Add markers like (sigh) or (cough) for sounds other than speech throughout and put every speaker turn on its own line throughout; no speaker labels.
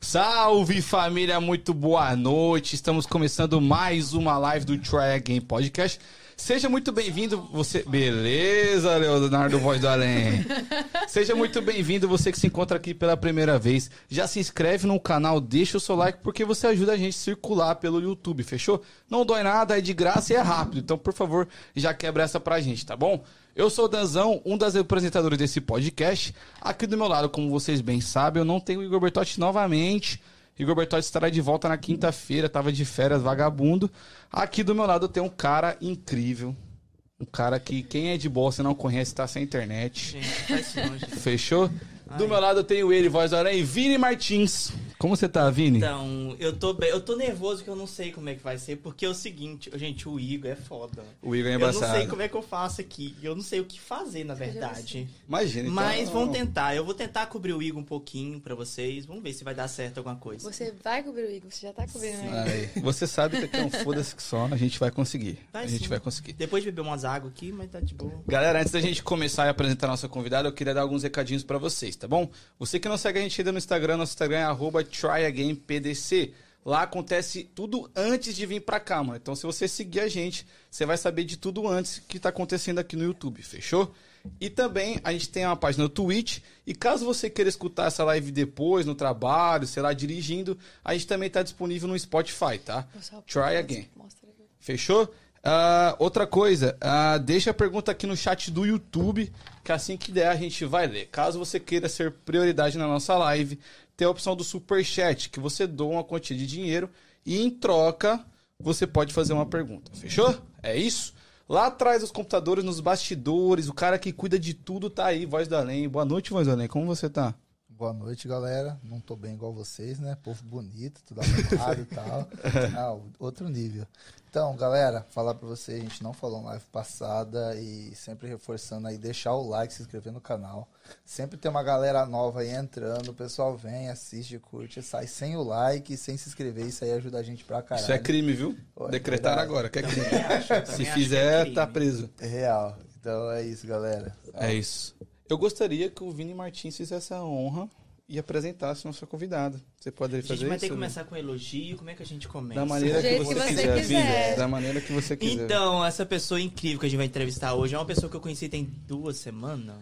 Salve família, muito boa noite. Estamos começando mais uma live do Try Again Podcast. Seja muito bem-vindo, você. Beleza, Leonardo Voz do Além. Seja muito bem-vindo, você que se encontra aqui pela primeira vez. Já se inscreve no canal, deixa o seu like, porque você ajuda a gente a circular pelo YouTube, fechou? Não dói nada, é de graça e é rápido. Então, por favor, já quebra essa pra gente, tá bom? Eu sou o Danzão, um das apresentadores desse podcast. Aqui do meu lado, como vocês bem sabem, eu não tenho o Igor Bertotti novamente. Igor Bertotti estará de volta na quinta-feira, tava de férias, vagabundo. Aqui do meu lado eu tenho um cara incrível. Um cara que quem é de boa, você não conhece, tá sem internet.
Gente, faz isso não, gente.
Fechou? Do meu lado eu tenho ele, voz do Aranha, Vini Martins. Como você tá, Vini?
Então, eu tô bem. Eu tô nervoso que eu não sei como é que vai ser, porque é o seguinte, gente, o Igor é foda.
O Igor é
eu não sei
embaçado.
como é que eu faço aqui. Eu não sei o que fazer, na verdade.
Imagina, então.
Mas vamos tentar. Eu vou tentar cobrir o Igor um pouquinho pra vocês. Vamos ver se vai dar certo alguma coisa.
Você vai cobrir o Igor, você já tá cobrindo o Igor.
Aí, você sabe que aqui é um foda-se que só, a gente vai conseguir.
Vai
a gente
sim.
vai conseguir.
Depois de beber umas águas aqui, mas tá de boa.
Galera, antes da gente começar e apresentar a nossa convidada, eu queria dar alguns recadinhos pra vocês, tá bom? Você que não segue a gente ainda no Instagram, nosso Instagram é arroba tryagainpdc. Lá acontece tudo antes de vir pra cá, mano. Então, se você seguir a gente, você vai saber de tudo antes que tá acontecendo aqui no YouTube, fechou? E também a gente tem uma página no Twitch. E caso você queira escutar essa live depois, no trabalho, sei lá, dirigindo, a gente também tá disponível no Spotify, tá?
Vou só-
Try again.
Mostra aí.
Fechou? Ah, outra coisa, ah, deixa a pergunta aqui no chat do YouTube, que assim que der a gente vai ler. Caso você queira ser prioridade na nossa live, tem a opção do Superchat, que você doa uma quantia de dinheiro e em troca você pode fazer uma pergunta. Fechou? É isso? Lá atrás dos computadores, nos bastidores, o cara que cuida de tudo tá aí, Voz do Além. Boa noite, Voz do Além, como você tá?
Boa noite, galera. Não tô bem igual vocês, né? Povo bonito, tudo arrumado e tal. Não, outro nível. Então, galera, falar pra vocês, a gente não falou na live passada e sempre reforçando aí, deixar o like, se inscrever no canal. Sempre tem uma galera nova aí entrando, o pessoal vem, assiste, curte, sai sem o like, sem se inscrever, isso aí ajuda a gente pra caralho.
Isso é crime, viu?
Ó, é
Decretaram
verdade.
agora, que é crime.
Também acho, eu
(laughs) Se
também acho que é
fizer,
crime.
tá preso.
É real. Então é isso, galera.
É isso. Eu gostaria que o Vini Martins fizesse a honra e apresentasse o nosso convidado. Você poderia
A
fazer
gente vai
isso?
ter que
Vini?
começar com elogio. Como é que a gente começa?
Da maneira
Do
que
jeito
você,
que você
quiser,
quiser.
Vini. Da maneira que você quiser.
Então, essa pessoa incrível que a gente vai entrevistar hoje é uma pessoa que eu conheci tem duas semanas.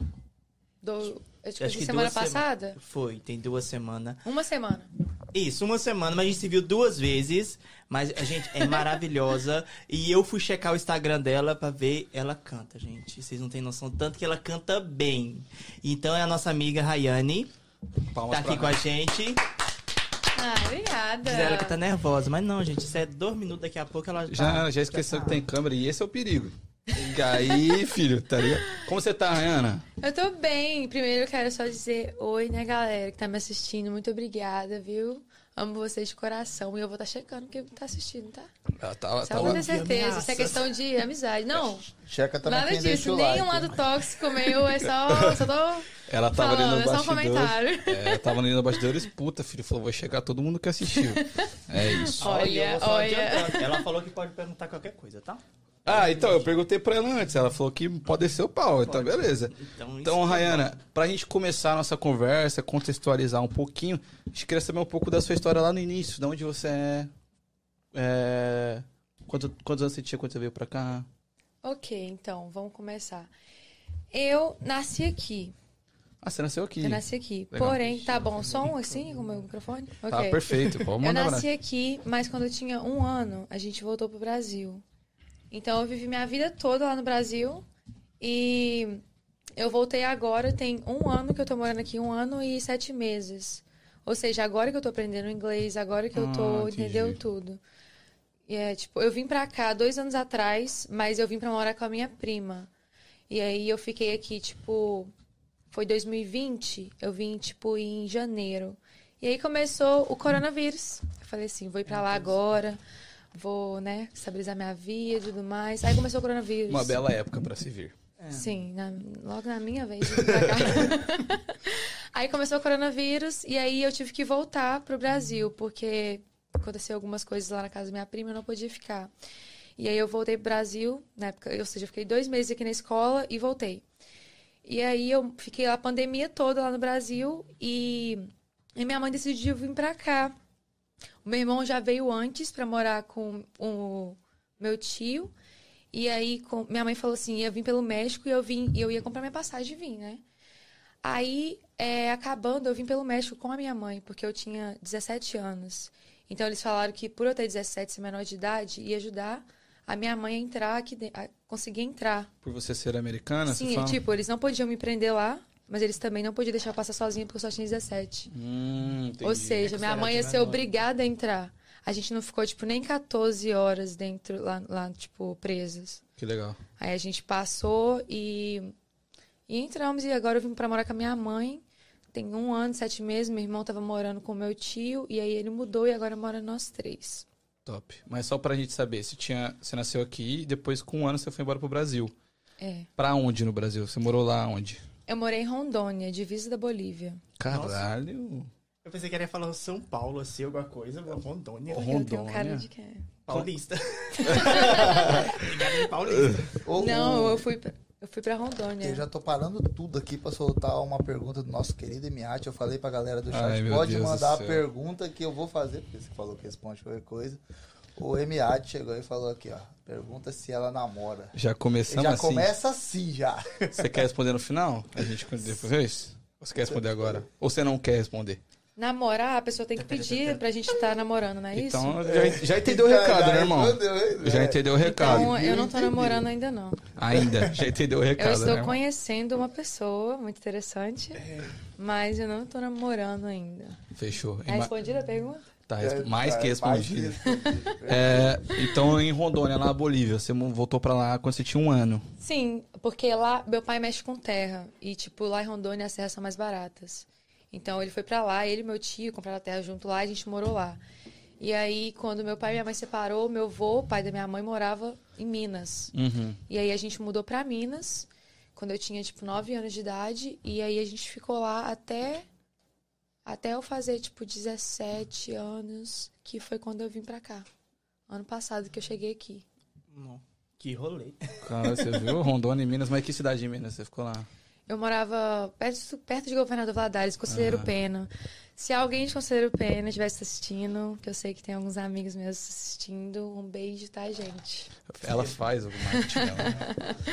Do, eu te
Acho que
conheci semana
duas sema-
passada?
Foi, tem duas semanas.
Uma semana.
Isso, uma semana, mas a gente se viu duas vezes. Mas a gente
(laughs)
é maravilhosa. e eu fui checar o Instagram dela pra ver ela canta, gente. Vocês não têm noção tanto que ela canta bem. Então é a nossa amiga Rayane,
Palmas
tá aqui com
pra
a gente.
Ah, obrigada.
Diz ela que tá nervosa, mas não, gente, isso é dois minutos daqui a pouco ela
tá.
já, já esqueceu que tem câmera e esse é o perigo. E aí, filho, tá ligado? Como você tá, Ana?
Eu tô bem. Primeiro eu quero só dizer oi, né, galera, que tá me assistindo. Muito obrigada, viu? Amo vocês de coração. E eu vou estar checando quem tá assistindo, tá?
Ela tá,
Só
tá
pra
lá.
ter certeza. Isso é
ameaças.
questão de amizade. Não,
Checa também
nada
quem deixa
disso.
o
Nenhum
like.
lado tóxico meu. É só. Só tô
Ela tava ali
falando,
no
é só um
bastidor.
comentário.
É, ela tava ali no bastidores, puta, filho, falou, vou chegar todo mundo que
(laughs)
assistiu. É isso.
Olha,
eu vou só
olha.
adiantando. Ela falou que pode perguntar qualquer coisa, tá?
Ah, então, eu perguntei pra ela antes, ela falou que pode ser o pau, então
Pode.
beleza.
Então,
Então,
isso que é
Rayana, pra gente começar a nossa conversa, contextualizar um pouquinho, a gente queria saber um pouco da sua história lá no início, de onde você é, é, quanto- quantos anos você tinha quando você veio pra cá?
Ok, então, vamos começar. Eu nasci aqui.
Ah, você nasceu aqui.
Eu nasci aqui.
Legal.
Porém, tá bom, som assim com o meu microfone? Ok.
Tá,
(laughs)
perfeito, vamos
Eu
mandar
nasci aqui, mas quando eu tinha um ano, a gente voltou pro Brasil. Então eu vivi minha vida toda lá no Brasil. E eu voltei agora, tem um ano que eu tô morando aqui, um ano e sete meses. Ou seja, agora que eu tô aprendendo inglês, agora que eu
Ah,
tô,
entendi.
entendeu tudo. E é, tipo, eu vim pra cá dois anos atrás, mas eu vim pra morar com a minha prima. E aí eu fiquei aqui, tipo, foi 2020, eu vim, tipo, em janeiro. E aí começou o coronavírus. Eu falei assim, vou ir pra lá agora, vou, né, estabilizar minha vida e tudo mais. Aí começou o coronavírus.
Uma bela época pra se vir.
É.
Sim, na- logo na minha vez. de vir pra cá. aí começou o coronavírus e aí eu tive que voltar pro Brasil, porque aconteceu algumas coisas lá na casa da minha prima e eu não podia ficar. E aí eu voltei pro Brasil, na época, ou seja, eu fiquei dois meses aqui na escola e voltei. E aí eu fiquei a pandemia toda lá no Brasil e E minha mãe decidiu vir pra cá. O meu irmão já veio antes pra morar com o meu tio. E aí com- minha mãe falou assim, ia vir pelo México e eu vim, e eu ia comprar minha passagem e vim, né? Aí, é, acabando, eu vim pelo México com a minha mãe, porque eu tinha 17 anos. Então eles falaram que por eu ter 17 ser menor de idade, ia ajudar a minha mãe a entrar aqui, de- a conseguir entrar
Por você ser americana,
Sim,
você
é,
fala?
tipo, eles não podiam me prender lá, mas eles também não podiam deixar eu passar sozinha porque eu só tinha 17.
Hum, entendi.
Ou seja, minha mãe ia ser
menor.
obrigada a entrar. A gente não ficou, tipo, nem 14 horas dentro, lá, lá tipo, presas.
Que legal.
Aí a gente passou e, e entramos. E agora eu vim pra morar com a minha mãe. Tem um ano, sete meses. Meu irmão tava morando com meu tio. E aí ele mudou e agora mora nós três.
Top. Mas só pra gente saber, você, tinha, você nasceu aqui e depois com um ano você foi embora pro Brasil.
É.
Pra onde no Brasil? Você morou lá onde?
Eu morei em Rondônia, divisa da Bolívia.
Caralho.
Eu pensei que ela ia falar São Paulo, assim, alguma coisa. mas Rondônia. né?
Nossa.
Eu tenho cara de é. quê?
(laughs)
Paulista. Obrigado de paulista.
Ô,
Não,
ô,
eu fui pra, eu fui pra Rondônia.
Eu já tô parando tudo aqui pra soltar uma pergunta do nosso querido Emiati. Eu falei pra galera do chat,
Ai, meu
pode
Deus do
mandar a
céu.
pergunta que eu vou fazer, porque você falou que responde qualquer coisa. O Emiati chegou e falou aqui, ó. Pergunta se ela namora.
Já
Ele
começamos
já
assim.
começa assim já.
Você quer responder no final? A gente depois? é Ou você quer responder agora? Ou você não quer responder?
Namorar, a pessoa tem que pedir pra gente estar namorando, não é isso?
então, já,
(laughs)
já entendeu o
Já-
recado,
já
né, irmão?
respondeu, né?
Já entendeu o recado.
Então, eu não tô namorando ainda, não.
Ainda, já entendeu o recado,
Eu estou
né? irmão?
conhecendo uma pessoa muito interessante,
É.
mas eu não tô namorando ainda.
Fechou.
É respondida a pergunta?
Tá, resp- mais
É,
que
é, mais que
respondido. (laughs)
respondido.
É, então, em Rondônia, lá na Bolívia, você mo- voltou pra lá quando você tinha um ano.
Sim, porque lá meu pai mexe com terra. E, tipo, lá em Rondônia as terras são mais baratas. Então ele foi pra lá, ele e meu tio compraram a terra junto lá e a gente morou lá. E aí, quando meu pai e minha mãe separou, meu avô, pai da minha mãe, morava em Minas.
Uhum.
E aí a gente mudou pra Minas, quando eu tinha, tipo, 9 anos de idade. E aí a gente ficou lá até, até eu fazer, tipo, 17 anos, que foi quando eu vim pra cá. Ano passado que eu cheguei aqui.
Não. Que rolê.
Cara, você viu Rondônia em Minas, mas que cidade em Minas? Você ficou lá?
Eu morava perto, perto de Governador Valadares, Conselheiro Pena. Se alguém de Conselheiro Pena estivesse assistindo, que eu sei que tem alguns amigos meus assistindo, um beijo, tá, gente?
Ela faz o marketing dela. né?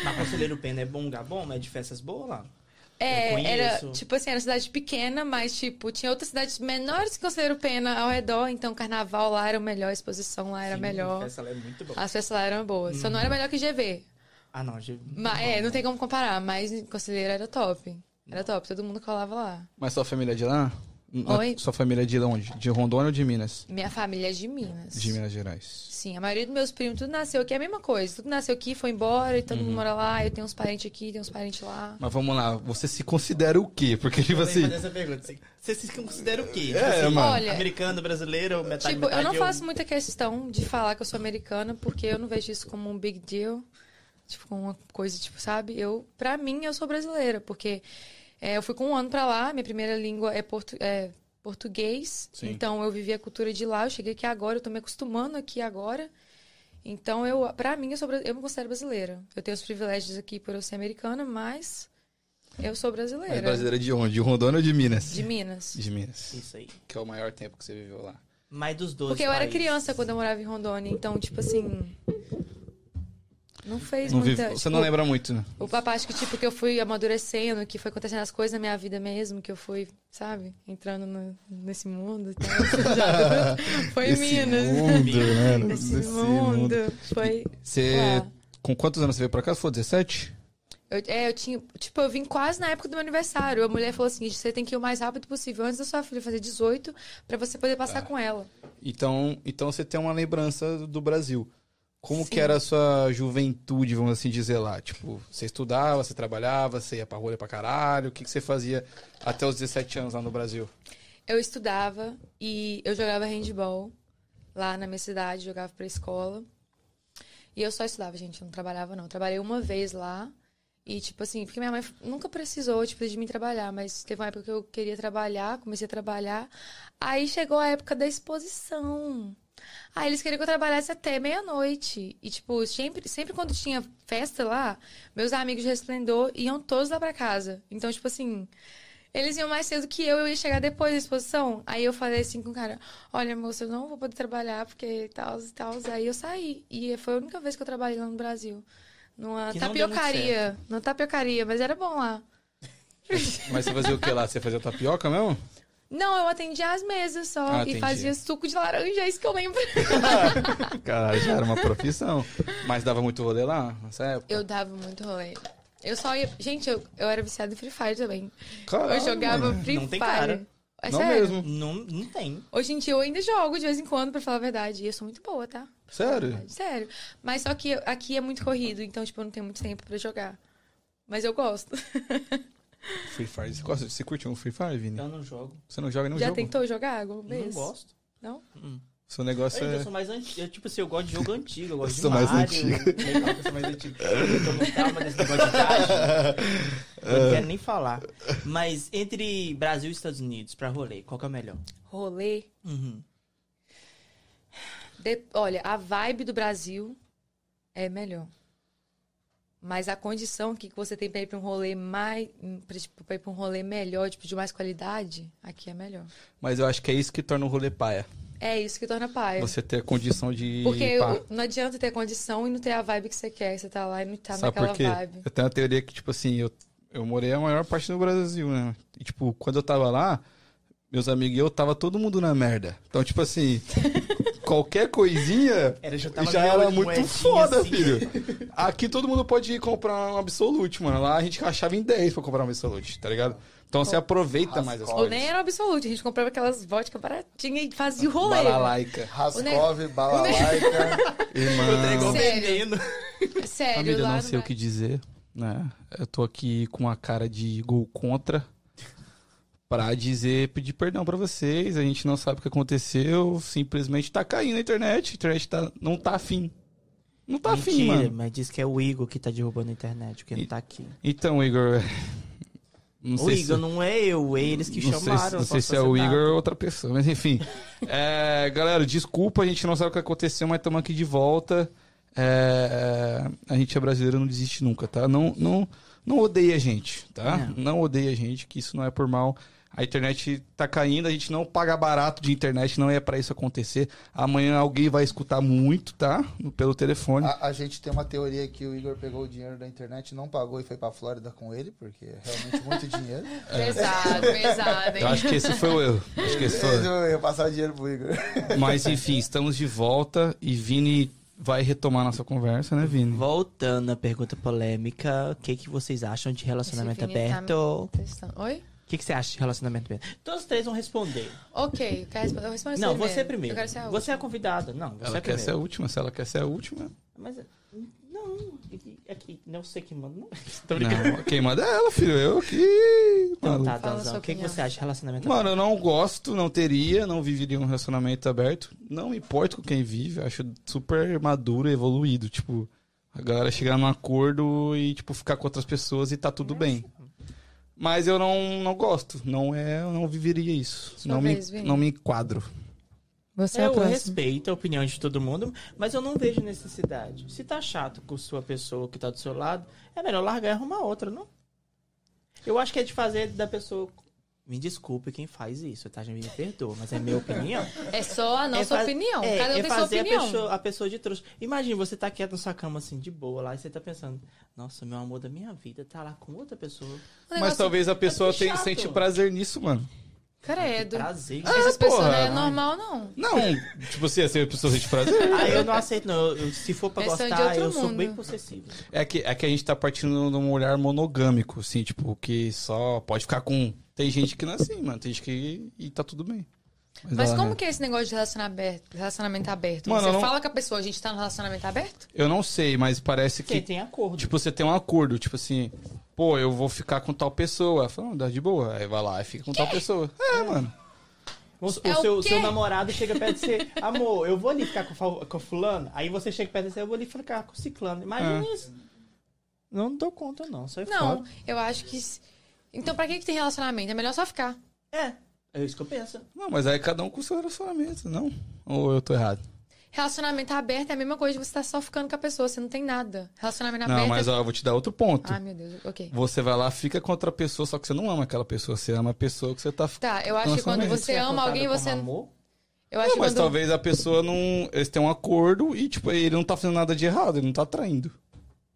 Mas Conselheiro Pena é bom lugar bom, mas de festas boas lá. Eu
É,
conheço.
era, tipo assim, era uma cidade pequena, mas, tipo, tinha outras cidades menores que Conselheiro Pena ao redor, então carnaval lá era o melhor, a exposição lá Ah, era
Sim,
melhor, Ah.
Festa Uhum. lá é muito bom.
as festas lá eram boas. Só não era melhor que GV.
Ah, não. G...
Mas, é,
né?
não tem como comparar, mas Conselheiro era top.
Uhum.
Era top, todo mundo colava lá.
Mas sua família é de lá?
Oi?
Sua família é de onde? De Rondônia ou de Minas?
Minha família é de Minas.
De Minas Gerais.
Sim, a maioria dos meus primos, tudo nasceu aqui, é a mesma coisa. Tudo nasceu aqui, foi embora, e todo mundo mora lá. Eu tenho uns parentes aqui, tenho uns parentes lá.
Mas vamos lá, você se considera o quê? Porque, tipo
Eu vou
assim.
fazer essa pergunta. Você- Você se considera o quê? Tipo
É,
assim,
mano.
Olha-
Americano, brasileiro, metade,
tipo, eu
metade,
não faço muita questão de falar que eu sou americana, porque eu não vejo isso como um big deal. Tipo, como uma coisa, tipo, sabe? Eu, pra mim, eu sou brasileira, porque é, eu fui com um ano pra lá, minha primeira língua é, portu é português.
Sim.
Então, eu vivi a cultura de lá, eu cheguei aqui agora, eu tô me acostumando aqui agora. Então, eu, pra mim, eu, sou, bra- eu me considero brasileira. Eu tenho os privilégios aqui por eu ser americana, mas eu sou brasileira.
Mas é brasileira de onde? De Rondônia ou de Minas?
né? De Minas.
De Minas.
Isso aí.
Que é o maior tempo que você viveu lá.
Mais dos dois.
Porque eu era
países.
criança quando eu morava em Rondônia, então, tipo assim. Não fez
Não
muita.
vive- Você
tipo,
não lembra muito, né?
O papai, acho que, tipo, que eu fui amadurecendo, que foi acontecendo as coisas na minha vida mesmo, que eu fui, sabe, entrando no- nesse mundo e tal. assim,
(laughs)
Já foi em
Esse
Minas.
mundo,
(laughs)
né?
Esse
Desse
mundo. Foi.
Você.
lá.
Com quantos anos você veio pra cá? Você falou 17?
Eu, é, eu tinha. Tipo, eu vim quase na época do meu aniversário. A mulher falou assim: você tem que ir o mais rápido possível antes da sua filha fazer 18 pra você poder
Tá.
passar com ela.
Então, então você tem uma lembrança do Brasil. Como que
Sim.
era a sua juventude, vamos assim dizer lá? Tipo, você estudava, você trabalhava, você ia pra rolê pra caralho? O que, que você fazia até os 17 anos lá no Brasil?
Eu estudava e eu jogava handball lá na minha cidade, jogava pra escola. E eu só estudava, gente, eu não trabalhava não. Eu trabalhei uma vez lá e tipo assim, porque minha mãe nunca precisou tipo de mim trabalhar, mas teve uma época que eu queria trabalhar, comecei a trabalhar. Aí chegou a época da exposição. Aí eles queriam que eu trabalhasse até meia-noite. E, tipo, sempre, sempre quando tinha festa lá, meus amigos de Resplendor iam todos lá pra casa. Então, tipo assim, Eles iam mais cedo que eu, eu ia chegar depois da exposição. Aí eu falei assim com o cara: Olha, moça, eu não vou poder trabalhar porque tal e tal. Aí eu saí. E foi a única vez que eu trabalhei lá no Brasil. Numa
Que não deu muito
tapiocaria. Numa tapiocaria, mas era bom lá.
Mas você fazia o que lá? Você fazia tapioca mesmo?
Não, eu atendia as mesas só
Ah,
e
entendi.
fazia suco de laranja, é isso que eu lembro.
Caralho, já era uma profissão. Mas dava muito rolê lá nessa época?
Eu dava muito rolê. Eu só ia. Gente, eu, eu era viciada em Free Fire também.
Caralho,
eu jogava
mano.
Free
Não tem
Fire.
cara.
É
Não
sério.
mesmo.
Não, não tem.
Hoje em dia eu ainda jogo de vez em quando, pra falar a verdade. E eu sou muito boa, tá?
Sério?
Sério. Mas só que aqui é muito corrido, então, tipo, eu não tenho muito tempo pra jogar. Mas eu gosto.
Free Fire. Você, gosta, você curte um Free Fire, Vini?
Eu não jogo.
Você não joga nenhum
Já
jogo?
tentou jogar alguma vez?
Não gosto.
Não?
Hum.
Seu negócio
Eu,
é...
já sou mais antigo. Tipo assim, eu gosto de jogo
(laughs)
antigo. Eu gosto
sou
de
mais
Mario.
antigo.
Legal, eu sou mais antigo. Eu tô no trauma desse negócio de idade. Eu
(laughs) É.
não quero nem falar. Mas entre Brasil e Estados Unidos, pra rolê, qual que é o melhor?
Rolê.
Uhum.
De- Olha, a vibe do Brasil é melhor. Mas a condição que que você tem pra ir pra um rolê mais. Pra, tipo, pra ir pra um rolê melhor, tipo, de mais qualidade, aqui é melhor.
Mas eu acho que é isso que torna o rolê paia.
É isso que torna paia.
Você ter condição de...
Porque
pá.
o- não adianta ter condição e não ter a vibe que você quer. Você tá lá e não tá
Sabe
naquela
por quê?
vibe.
Eu tenho uma teoria que, tipo assim, eu, eu morei a maior parte do Brasil, né? E, tipo, quando eu tava lá, meus amigos e eu, tava todo mundo na merda. Então, tipo
(laughs)
assim, qualquer coisinha
Era, já
já era muito
assim.
foda,
(laughs)
filho. Aqui todo mundo pode ir comprar um Absolute, mano. Lá a gente achava em 10 pra comprar um Absolute, tá ligado? Então você aproveita mais as
Ou
coisas.
Ou Tipo, nem era um absoluto, a gente comprava aquelas vodka baratinhas e fazia o rolê. (laughs)
Balalaica.
Raskov, balalaica.
É
Irmão,
Sério.
vendendo.
Sério,
família,
lá
não
no
sei o
Bra-
que dizer, né? Eu tô aqui com a cara de gol contra pra dizer, pedir perdão pra vocês. A gente não sabe o que aconteceu, simplesmente tá caindo a internet. A internet tá, não tá afim. Não tá afim,
Mentira,
mano.
mas diz que é o Igor que tá derrubando a internet, porque
E-
não tá aqui.
Então, Igor. (laughs) Não
o
sei se...
Igor não é eu, é eles que
não Sei,
chamaram.
se- não
eu
sei
posso
se é o
acertar.
Igor ou outra pessoa, mas enfim.
(laughs)
É, galera, desculpa, a gente não sabe o que aconteceu, mas estamos aqui de volta. É, é, a gente é brasileiro, não desiste nunca, tá? Não, não, não odeia a gente, tá? Não.
Não.
odeia a gente, que isso não é por mal. A internet tá caindo, a gente não paga barato de internet, não é pra isso acontecer. Amanhã alguém vai escutar muito, tá? Pelo telefone.
Ah,
A, a gente tem uma teoria que o Igor pegou o dinheiro da internet, não pagou e foi pra Flórida com ele, porque é realmente muito dinheiro.
Pesado, pesado,
é.
hein?
Eu acho que esse foi o
(laughs)
erro. Acho que esse foi o erro.
Eu ia passar o dinheiro pro Igor.
Mas enfim, estamos de volta e Vini vai retomar nossa conversa, né, Vini?
Voltando à pergunta polêmica, o que, que vocês acham de relacionamento
Esse Vini tá
aberto? O
Testando. Oi?
que, que você acha de relacionamento aberto? Todos os três vão responder.
Ok, quer responder? Eu respondo
não, você primeiro.
Eu quero ser a
você é a
última.
convidada. Não, você
Ela
é a
quer ser a
primeira.
última, se ela quer ser a última.
Mas, não, aqui, não sei
(laughs)
quem manda. Não, tô brincando.
Não, quem manda é ela, filho. Eu que.
Então tá,
maluco.
Fala
Danzão.
sua
O que, que
opinião.
você acha de relacionamento
Mano, eu não gosto, não teria, não viveria um relacionamento aberto. Não me importo com quem vive, eu acho super maduro e evoluído. Tipo, a galera chegar num acordo e, tipo, ficar com outras pessoas e tá
É
tudo bem. Mas eu não, não gosto, não é, eu não viveria isso.
Sua
Não me,
vez, Vini.
não me enquadro.
Você é a
Eu
próxima.
respeito a opinião de todo mundo, mas eu não vejo necessidade. Se tá chato com sua pessoa que tá do seu lado, é melhor largar e arrumar outra, não? Eu acho que é de fazer da pessoa. Me desculpe quem faz isso, tá? Já me perdoa, mas é
(laughs)
minha opinião.
É só a nossa
É fa-
opinião.
é,
Cada um
é
tem sua
fazer A,
opinião.
pessoa, a pessoa de trouxa. Imagina, você tá quieto na sua cama assim, de boa lá, e você tá pensando, nossa, meu amor da minha vida tá lá com outra pessoa.
O Um negócio
Mas talvez a pessoa
que
tenha,
é chato.
sente prazer nisso, mano.
Credo. (laughs)
Prazer.
Essas pessoas não é
Ah, porra.
normal, não.
Não, (laughs) tipo, se assim, a pessoa sente prazer.
Ah, eu não aceito, não. Eu- eu- se for pra
Pessoa de
gostar,
outro
eu sou
mundo.
bem possessivo.
É que, é que a gente tá partindo de um olhar monogâmico, assim, tipo, que só pode ficar com. Tem gente que não é assim, mano. Tem gente que. E tá tudo bem.
Mas
ela-
como que é esse negócio de relaciona- aberto- relacionamento aberto?
Mano, eu
você
não-
fala com a pessoa, a gente tá no relacionamento aberto?
Eu não sei, mas parece
Porque
que.
tem acordo.
Tipo, você tem um acordo, tipo assim, pô, eu vou ficar com tal pessoa. Fala, não, dá de boa. Aí vai lá e fica com tal pessoa.
Ah.
É, mano.
Vamos supor,
É o
seu,
quê?
seu namorado chega perto de você, amor, eu vou ali ficar com, fal- com fulano, aí você chega perto de você, eu vou ali ficar com ciclano. Imagina isso. Não dou conta, não. Só é
Não,
foda.
eu acho que. s- Então, pra que, que tem relacionamento? É melhor só ficar.
É, é isso que eu penso.
Não, mas aí cada um com seu relacionamento, não? Ou eu tô errado?
Relacionamento aberto é a mesma coisa de você estar só ficando com a pessoa, você não tem nada. Relacionamento
Não,
aberto.
mas
é...
ó, eu vou te dar outro ponto.
Ah, meu Deus, ok.
Você vai lá, fica com outra pessoa, só que você não ama aquela pessoa, você ama a pessoa que você tá ficando.
Tá, eu acho que quando
Relacionamento.
você ama alguém, você.
é Amor?
Eu acho que
mas
quando.
talvez a pessoa não. Eles têm um acordo e, tipo, ele não tá fazendo nada de errado, ele não tá traindo.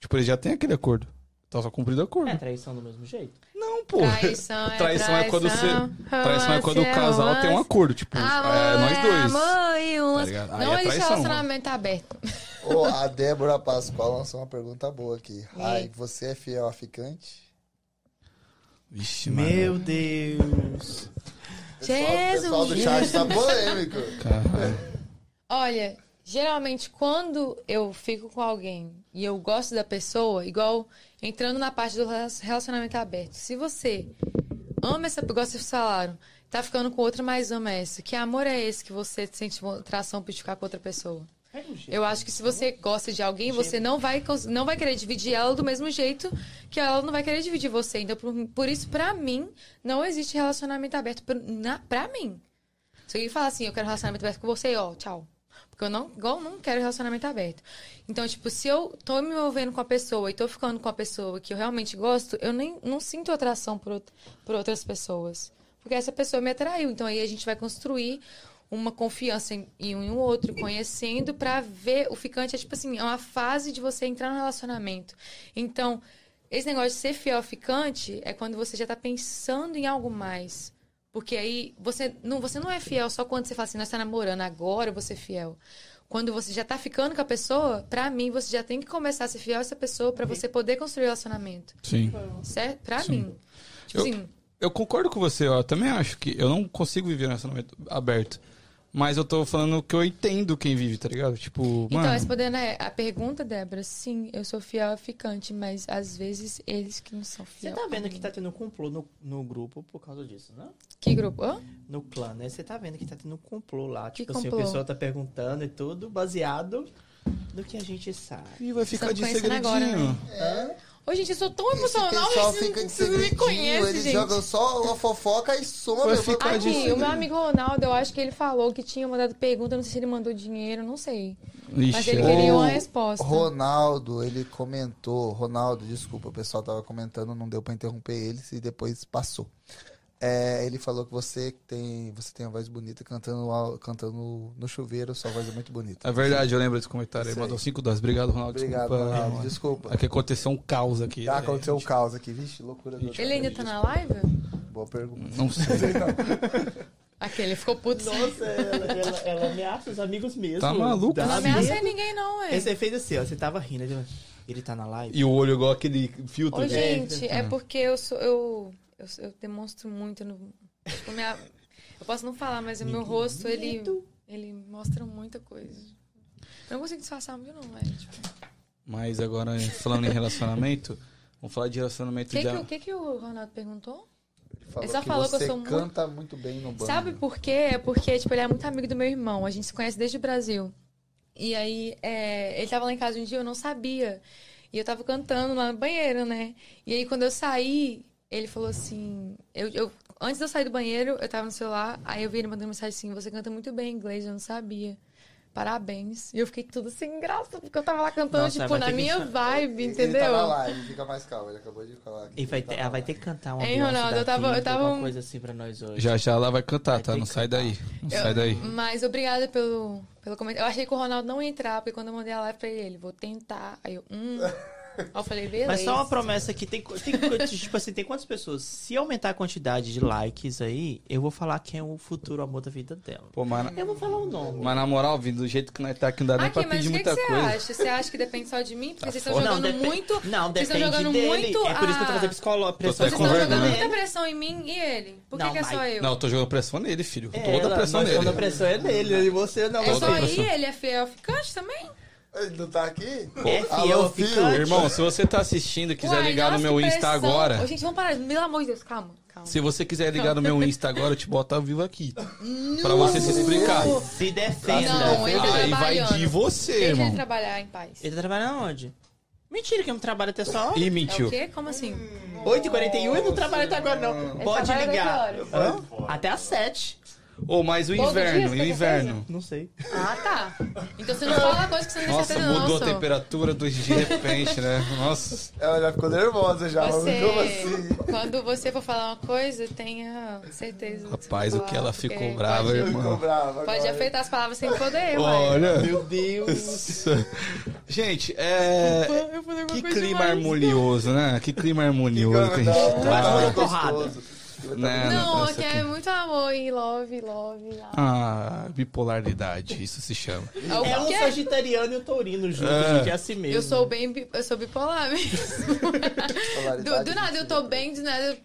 Tipo, ele já tem aquele acordo. Tá só cumprindo o acordo.
É traição do mesmo jeito.
Não, pô.
Traição, é
Traição é quando você-
você.
Traição é quando o casal tem um acordo, tipo, é nós dois.
Ah, Amor e um
Tá
lance.
ligado? Aí é
não existe
traição,
relacionamento aberto.
Ô, a Débora Pascoal lançou uma pergunta boa aqui. Ai, você é fiel a ficante?
Vixe, mano.
Meu Deus.
O pessoal do
Jesus.
chat tá polêmico.
Caralho.
Olha, geralmente quando eu fico com alguém e eu gosto da pessoa, igual entrando na parte do rela- relacionamento aberto, se você ama essa pessoa, vocês falaram, tá ficando com outra, mas ama essa, que amor é esse que você sente atração por ficar com outra pessoa?
Pega um jeito.
Eu acho que se você gosta de alguém, você não vai, cons- não vai querer dividir ela do mesmo jeito que ela não vai querer dividir você. Então, por, por isso, pra mim, não existe relacionamento aberto pra, na, pra mim. Se alguém falar assim, eu quero relacionamento aberto com você, ó, tchau. Porque eu não, igual, não quero relacionamento aberto. Então, tipo, se eu tô me envolvendo com a pessoa e tô ficando com a pessoa que eu realmente gosto, eu nem não sinto atração por, out- por outras pessoas. Porque essa pessoa me atraiu. Então, aí a gente vai construir uma confiança em, em um e o outro, conhecendo pra ver. O ficante é, tipo assim, é uma fase de você entrar no relacionamento. Então, esse negócio de ser fiel ao ficante é quando você já tá pensando em algo mais. Porque aí você não, você não é fiel só quando você fala assim, nós tá namorando agora, eu vou ser fiel. Quando você já tá ficando com a pessoa, pra mim você já tem que começar a ser fiel a essa pessoa pra você poder construir o relacionamento.
Sim.
Certo? Pra
Sim.
mim. Tipo
Eu-
assim,
Eu concordo com você, ó. Eu também acho que eu não consigo viver um relacionamento aberto. Mas eu tô falando que eu entendo quem vive, tá ligado? Tipo,
então,
mano.
respondendo a- a pergunta, Débora, sim, eu sou fiel a ficante, mas às vezes eles que não são
Você
fiel.
tá
a
vendo
mim.
que tá tendo um complô no, no grupo por causa disso, né?
Que grupo? Hã?
No clã, né? Você tá vendo que tá tendo um complô lá.
Que
Tipo assim, o
complô?
pessoal tá perguntando e tudo baseado no que a gente sabe.
Ih, vai ficar
Estamos
de
conhecendo
segredinho.
agora, né? Ô, gente, eu sou tão emocional,
pessoal
vocês,
fica de
vocês não me
segredinho,
conhecem,
eles
gente.
jogam só a fofoca e some.
Vai
Eu vou-
ficar de
Aqui, o
segredinho.
meu amigo Ronaldo, eu acho que ele falou que tinha mandado pergunta, não sei se ele mandou dinheiro, não sei. Mas
Ixi,
ele
é.
queria
Ô,
uma resposta.
Ronaldo, ele comentou. Ronaldo, desculpa, o pessoal tava comentando, não deu pra interromper eles e depois passou. É, ele falou que você tem, você tem a voz bonita cantando, ao- cantando no chuveiro, sua voz é muito bonita.
É verdade, eu lembro desse comentário.
Isso
Ele
aí.
mandou 5 das. Obrigado, Ronaldo.
Obrigado,
desculpa.
Ronaldo.
mano.
Desculpa.
Aqui aconteceu um caos aqui.
Tá,
né,
aconteceu o
gente?
caos aqui, vixe, loucura do
Ele ainda tá na live?
Boa pergunta.
Não
(laughs)
sei.
Aquele ficou puto.
Nossa, ela, ela- ela ameaça os amigos mesmo.
Tá maluco?
não
Dá
ameaça
medo.
ninguém, não, ué.
Esse efeito assim, ó. Você tava rindo. ele- Ele tá na live.
E o olho igual aquele filtro.
Ô,
né?
gente, é porque eu sou. Eu, eu, eu demonstro muito. eu não- tipo, minha- eu posso não falar, mas o meu rosto, ele, ele mostra muita coisa. Eu não consigo disfarçar muito, não, velho. Tipo,
Mas agora, falando em relacionamento, vamos falar de relacionamento
que
de...
que o que, que o Ronaldo perguntou?
Ele falou
Ele só falou que eu
você
sou muito-
canta muito bem no banho.
Sabe por quê? É porque, tipo, ele é muito amigo do meu irmão. A gente se conhece desde o Brasil. E aí, é, ele tava lá em casa um dia, eu não sabia. E eu tava cantando lá no banheiro, né? E aí, quando eu saí, ele falou assim... Eu, eu- antes de eu sair do banheiro, eu tava no celular. Aí eu vi ele mandando mensagem assim, você canta muito bem inglês, eu não sabia. Parabéns. E eu fiquei tudo sem graça, porque eu tava lá cantando,
Nossa,
tipo,
vai ter
na
que
minha
ensinar.
vibe,
Ele tá
entendeu?
na live, fica mais calmo, ele acabou de falar. que
E vai
tá
ter,
na
ela vai
live.
ter que cantar uma
Hein,
Beyoncé
Ronaldo,
da
eu tava- eu
vida,
tava
alguma
um-
coisa assim pra nós hoje.
Já já ela vai cantar,
Vai
tá?
ter
Não
que
sai
cantar.
daí. Não sai daí.
Mas obrigada pelo, pelo comentário. Eu achei que o Ronaldo não ia entrar, porque quando eu mandei a live pra ele, ele, vou tentar. Aí eu, hum. Aí eu falei, beleza.
Mas só uma promessa aqui, tem, co- tem co- (laughs) tipo assim, tem quantas pessoas? Se aumentar a quantidade de likes aí, eu vou falar quem é o futuro amor da vida dela.
Pô, mas,
Eu vou falar o nome.
mas na moral, vindo do jeito que nós tá aqui, não dá nem
Aqui,
pra
mas
pedir
o que, que
muita
você
coisa. Tá
acha? Você acha que depende só de mim? Porque vocês estão
foda.
tá jogando
depen-
muito.
Não,
vocês estão
depende
jogando
dele.
muito.
É por isso que eu tô
a-
fazendo psicolo... pressão
até
Vocês
tá com
estão
vergonha. né?
jogando
psicológica
muita
nele.
pressão em mim e ele. Por que,
Não,
que é
mas-
só eu?
Não, eu tô jogando pressão nele, filho.
É,
Toda
ela-
a pressão
mas
nele.
Toda a pressão é nele, e você não.
É
Toda
só aí?
pressão.
Ele é fiel ficante também?
Ele não tá aqui?
É fiel,
Alô, Phil.
ficante.
Irmão, se você tá assistindo e quiser
Uai,
ligar
nossa,
no meu
que
Insta
pressão.
agora.
Ô, gente, vamos parar. Pelo amor de Deus, calma. calma.
Se você quiser ligar no meu Insta agora, eu te boto ao vivo aqui. Pra você se explicar.
Se defenda.
Não, ele tá
Aí vai
trabalhando.
de você,
Deixa ele
irmão.
trabalhar em paz.
Ele trabalha onde? Mentira que eu não trabalho até só
Ih,
É o
mentiu. Hum.
quê? Como assim?
8h41 e não um, trabalho até agora, não. Pode
trabalha até
ligar.
que horas?
Hã? Até às 7.
Ô, mas o
Todo dia
inverno,
você
e
tá
o
com
inverno.
Não sei.
Ah, tá. Então você não fala coisa que você tá não tem
Nossa,
certeza, não.
mudou a
sou.
temperatura do dia de repente, né?
(laughs)
Nossa.
Ela já ficou nervosa já.
Você,
Como assim?
quando você for falar uma coisa, tenha certeza. do que você
Rapaz, o
falar,
que ela ficou
É,
porque
brava,
pode,
irmão.
Ficou brava
Pode
agora.
afetar as palavras sem poder, uai.
Olha.
Meu Deus.
Gente, é.
Eu falei alguma
Que
coisa
clima
demais.
harmonioso, né? Que clima
Que
harmonioso que a
coisa
gente
da
tá.
Vai,
né?
manda porrada.
gostoso.
Né?
Não,
Nossa,
aqui
que-
é muito amor e love, love. love.
Ah, bipolaridade, isso se chama.
Ah, o
É um
quê?
sagitariano e um taurino junto,
É.
gente. É assim mesmo.
Eu sou bem, bi- eu sou bipolar mesmo. do,
Polaridade
do nada eu tô bem, do nada eu...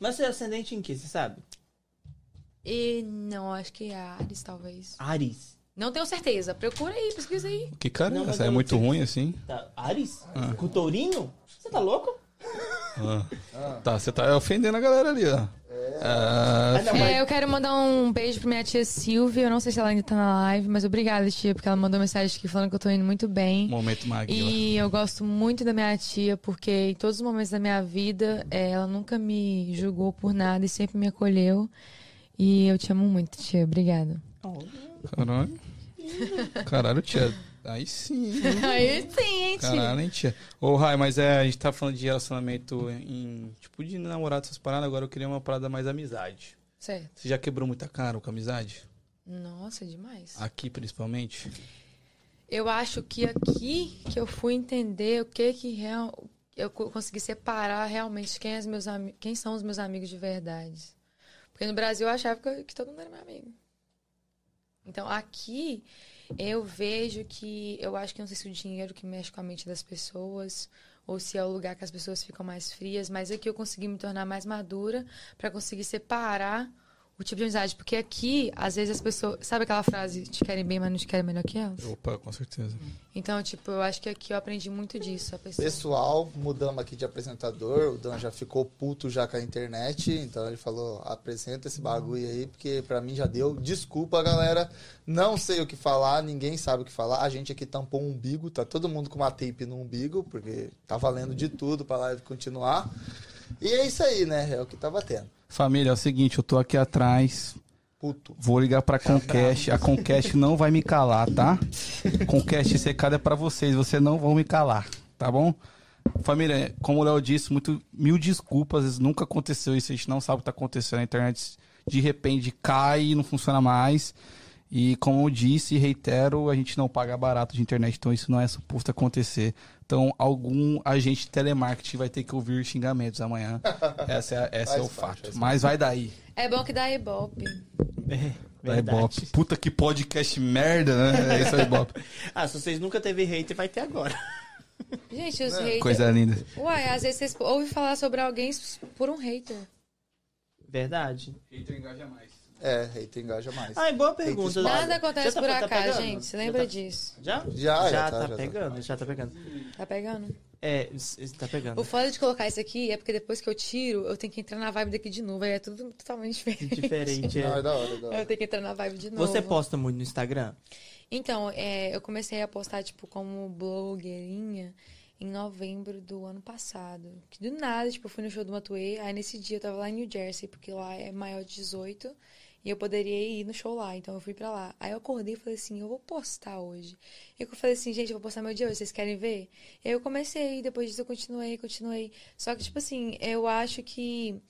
Mas você é ascendente em que, você sabe?
E não, acho que é Ares, talvez.
Ares.
Não tenho certeza. Procura aí, pesquisa aí.
Que cara,
Não, mas
essa é
eu não
muito
sei.
ruim assim.
Tá, Ares?
Ah.
Com tourinho? Você tá louco?
Ah. Tá, você tá ofendendo a galera ali, ó. Ah,
Ah, não, mas-
É, eu quero mandar um beijo pra minha tia Silvia. Eu não sei se ela ainda tá na live, mas obrigada, tia, porque ela mandou mensagem aqui falando que eu tô indo muito bem.
momento Maguila.
E eu gosto muito da minha tia, porque em todos os momentos da minha vida, eh, ela nunca me julgou por nada e sempre me acolheu. E eu te amo muito, tia. Obrigada.
Caralho. Caralho, tia. Aí sim. hein?
Aí sim, hein, tia?
Caralho, hein, tia. Ô, Rai, mas é, a gente tá falando de relacionamento em. Tipo, de namorado, essas paradas. Agora eu queria uma parada mais amizade.
Certo.
Você já quebrou muita cara com amizade?
Nossa, é demais.
Aqui, principalmente?
Eu acho que aqui que eu fui entender o que que real, eu co- consegui separar realmente quem, é os meus ami- quem são os meus amigos de verdade. Porque no Brasil eu achava que, eu- que todo mundo era meu amigo. Então aqui eu vejo que eu acho que não sei se o dinheiro que mexe com a mente das pessoas ou se é o lugar que as pessoas ficam mais frias, mas aqui eu consegui me tornar mais madura para conseguir separar o tipo de amizade, porque aqui às vezes as pessoas, sabe aquela frase, te querem bem, mas não te querem melhor que elas?
Opa, com certeza.
Então, tipo, eu acho que aqui eu aprendi muito disso. A pessoa...
Pessoal, mudamos aqui de apresentador. O Dan já ficou puto já com a internet, então ele falou: apresenta esse bagulho aí, porque pra mim já deu. Desculpa, galera, não sei o que falar, ninguém sabe o que falar. A gente aqui tampou o umbigo, tá todo mundo com uma tape no umbigo, porque tá valendo de tudo pra live continuar. E é isso aí, né? É o que tá batendo.
Família, é o seguinte, eu tô aqui atrás.
Puto.
Vou ligar pra Conquest. A Conquest não vai me calar, tá? Conquest, esse recado é pra vocês. Vocês não vão me calar, tá bom? Família, como o Léo disse, muito, mil desculpas. Às vezes nunca aconteceu isso. A gente não sabe o que tá acontecendo. A internet de repente cai e não funciona mais. E como eu disse e reitero, a gente não paga barato de internet, então isso não é suposto acontecer. Então, algum agente de telemarketing vai ter que ouvir xingamentos amanhã. Essa é, essa é
Faz
o
parte,
fato.
faz
Mas vai daí.
É bom que dá ibope.
Tá
Da Ibope. Puta que podcast
(laughs)
merda, né? É isso aí, Ibope.
Ah, se vocês nunca teve hater, vai ter agora.
Gente, os haters...
Coisa linda.
Uai, às vezes vocês ouvem falar sobre alguém por um hater.
Verdade.
É, hater engaja mais.
Ah, e boa pergunta.
Olha,
Nada acontece
Já tá-
por
tá
acaso,
pegando?
gente.
Já
Lembra
tá-
disso.
Já?
Já, já tá,
tá,
já tá.
pegando, já tá pegando.
Tá pegando?
É, s- s- tá
O
pegando.
foda de colocar isso aqui é porque depois que eu tiro, eu tenho que entrar na vibe daqui de novo. Aí é tudo totalmente (laughs) diferente.
Diferente. é.
Não, (laughs) é da hora, é da
Aí Eu
hora.
tenho que entrar na vibe de novo.
Você posta muito no Instagram?
Então, é, eu comecei a postar, tipo, como blogueirinha em novembro do ano passado. Que do nada, tipo, eu fui no show do Matuê, aí nesse dia eu tava lá em New Jersey, porque lá é maior de 18, e eu poderia ir no show lá, então eu fui pra lá. Aí eu acordei e falei assim, eu vou postar hoje. E eu falei assim, gente, eu vou postar meu dia hoje, vocês querem ver? E aí eu comecei, depois disso eu continuei, continuei. Só que, tipo assim, eu acho que...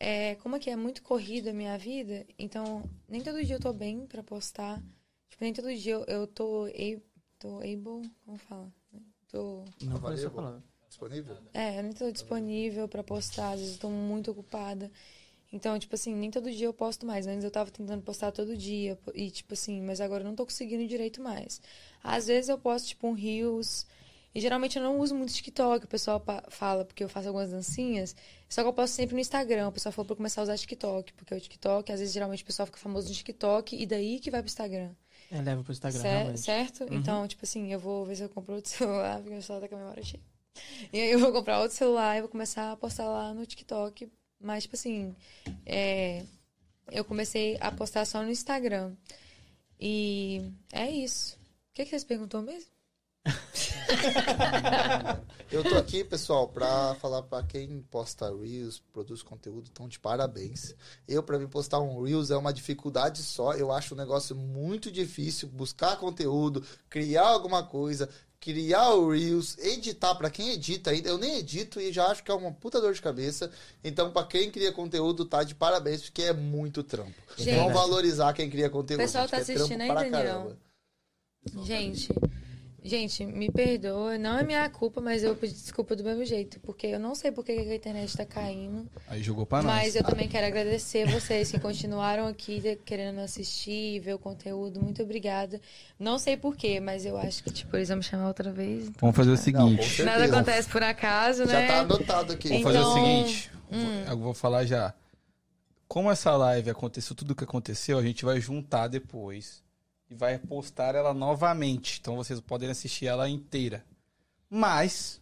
É, como é que é muito corrida a minha vida, então nem todo dia eu tô bem pra postar. Tipo, nem todo dia eu, eu tô, a- tô able, como fala? Tô,
Não conheço a
Available.
palavra.
Disponível?
é, eu nem tô disponível pra postar, às vezes eu tô muito ocupada. Então, tipo assim, nem todo dia eu posto mais. Antes eu tava tentando postar todo dia, po- e tipo assim, mas agora eu não tô conseguindo direito mais. Às vezes eu posto, tipo, um Reels, e geralmente eu não uso muito TikTok, o pessoal pa- fala, porque eu faço algumas dancinhas, só que eu posto sempre no Instagram. O pessoal falou pra eu começar a usar TikTok, porque o TikTok, às vezes geralmente o pessoal fica famoso no TikTok, e daí que vai pro Instagram.
É, leva pro Instagram,
Cer-
realmente. Uhum.
certo? Então, tipo assim, eu vou ver se eu compro outro (laughs) celular, porque meu celular tá com a memória cheia. E aí eu vou comprar outro celular e vou começar a postar lá no TikTok. Mas, tipo assim, é, eu comecei a postar só no Instagram. E é isso. O que, que vocês perguntou mesmo?
Eu tô aqui, pessoal, pra falar pra quem posta Reels, produz conteúdo, então de parabéns. Eu, pra mim, postar um Reels é uma dificuldade só. Eu acho um negócio muito difícil buscar conteúdo, criar alguma coisa, criar o Reels, editar. Pra quem edita ainda, eu nem edito e já acho que é uma puta dor de cabeça. Então, pra quem cria conteúdo, tá de parabéns, porque é muito trampo.
Gente.
Vamos valorizar quem cria conteúdo.
O pessoal
gente,
tá
que é trampo
assistindo aí,
pra
Daniel?
caramba.
Gente,
Gente, me perdoa, não é minha culpa, mas eu pedi desculpa do mesmo jeito, porque eu não sei por que que a internet tá caindo.
Aí jogou pra
mas
nós.
eu também quero agradecer vocês que continuaram aqui de- querendo assistir, ver o conteúdo. Muito obrigada. Não sei por quê, mas eu acho que tipo eles vão me chamar outra vez.
Vamos fazer o
Não, com
seguinte.
Nada
certeza.
acontece por acaso,
Já
né?
tá anotado aqui.
Vamos fazer o
Então, hum.
seguinte. Eu vou falar já. Como essa live aconteceu, tudo que aconteceu, a gente vai juntar depois e vai postar ela novamente. Então vocês podem assistir ela inteira. Mas,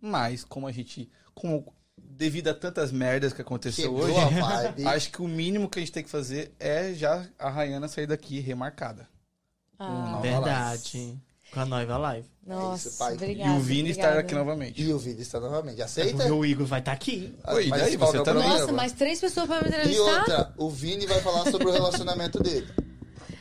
mas como a gente, como devido a tantas merdas que aconteceu
Quebrou
hoje,
a
(laughs)
vibe.
acho que o mínimo que a gente tem que fazer é já a Rayana sair daqui remarcada.
Ah,
Nova
Verdade. Com a noiva live.
nossa,
É isso, pai.
obrigada.
e o Vini
obrigada.
estar aqui novamente. Ah,
E o vídeo está novamente.
É porque
Aceita?
o Igor vai estar aqui.
Oi, e
Mas
daí? Você
qual que é o
também?
problema?
Nossa, mais três pessoas pra me
E
entrevistar?
outra, o Vini vai falar sobre o
(laughs)
relacionamento dele.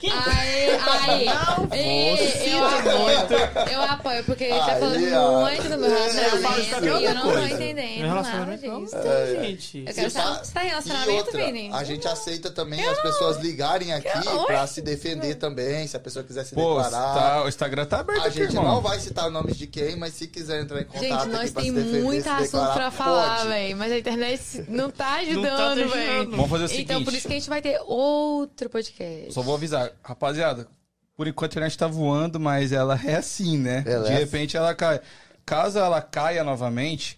Aê, aê. Ei, eu, apoio, eu apoio, porque ele tá
Aê,
falando
ó. É,
muito do meu
falo isso
relacionamento.
também,
E eu não tô
coisa.
entendendo
Meu
nada
relacionamento é
disso.
um gente.
Eu quero
Você tá-
saber se tá em
E
relacionamento,
outra,
Vini.
a gente aceita também as pessoas ligarem aqui
Oi?
pra se defender também, se a pessoa quiser se
Pô,
declarar.
tá- o Instagram tá aberto
A
aqui,
gente
irmão.
não vai citar nomes de quem, mas se quiser entrar em contato
gente, nós
aqui pra
tem
se defender,
muito
se
assunto
declarar,
pra falar,
pode.
velho. Mas a internet não tá
tá
ajudando,
ajudando.
velho.
Vamos
é
fazer o seguinte.
Então, por isso que a gente vai ter outro podcast.
Só vou avisar, rapaziada, por enquanto a internet tá voando, mas ela é assim, né?
Ela
De
é
repente ela cai. Caso ela caia novamente,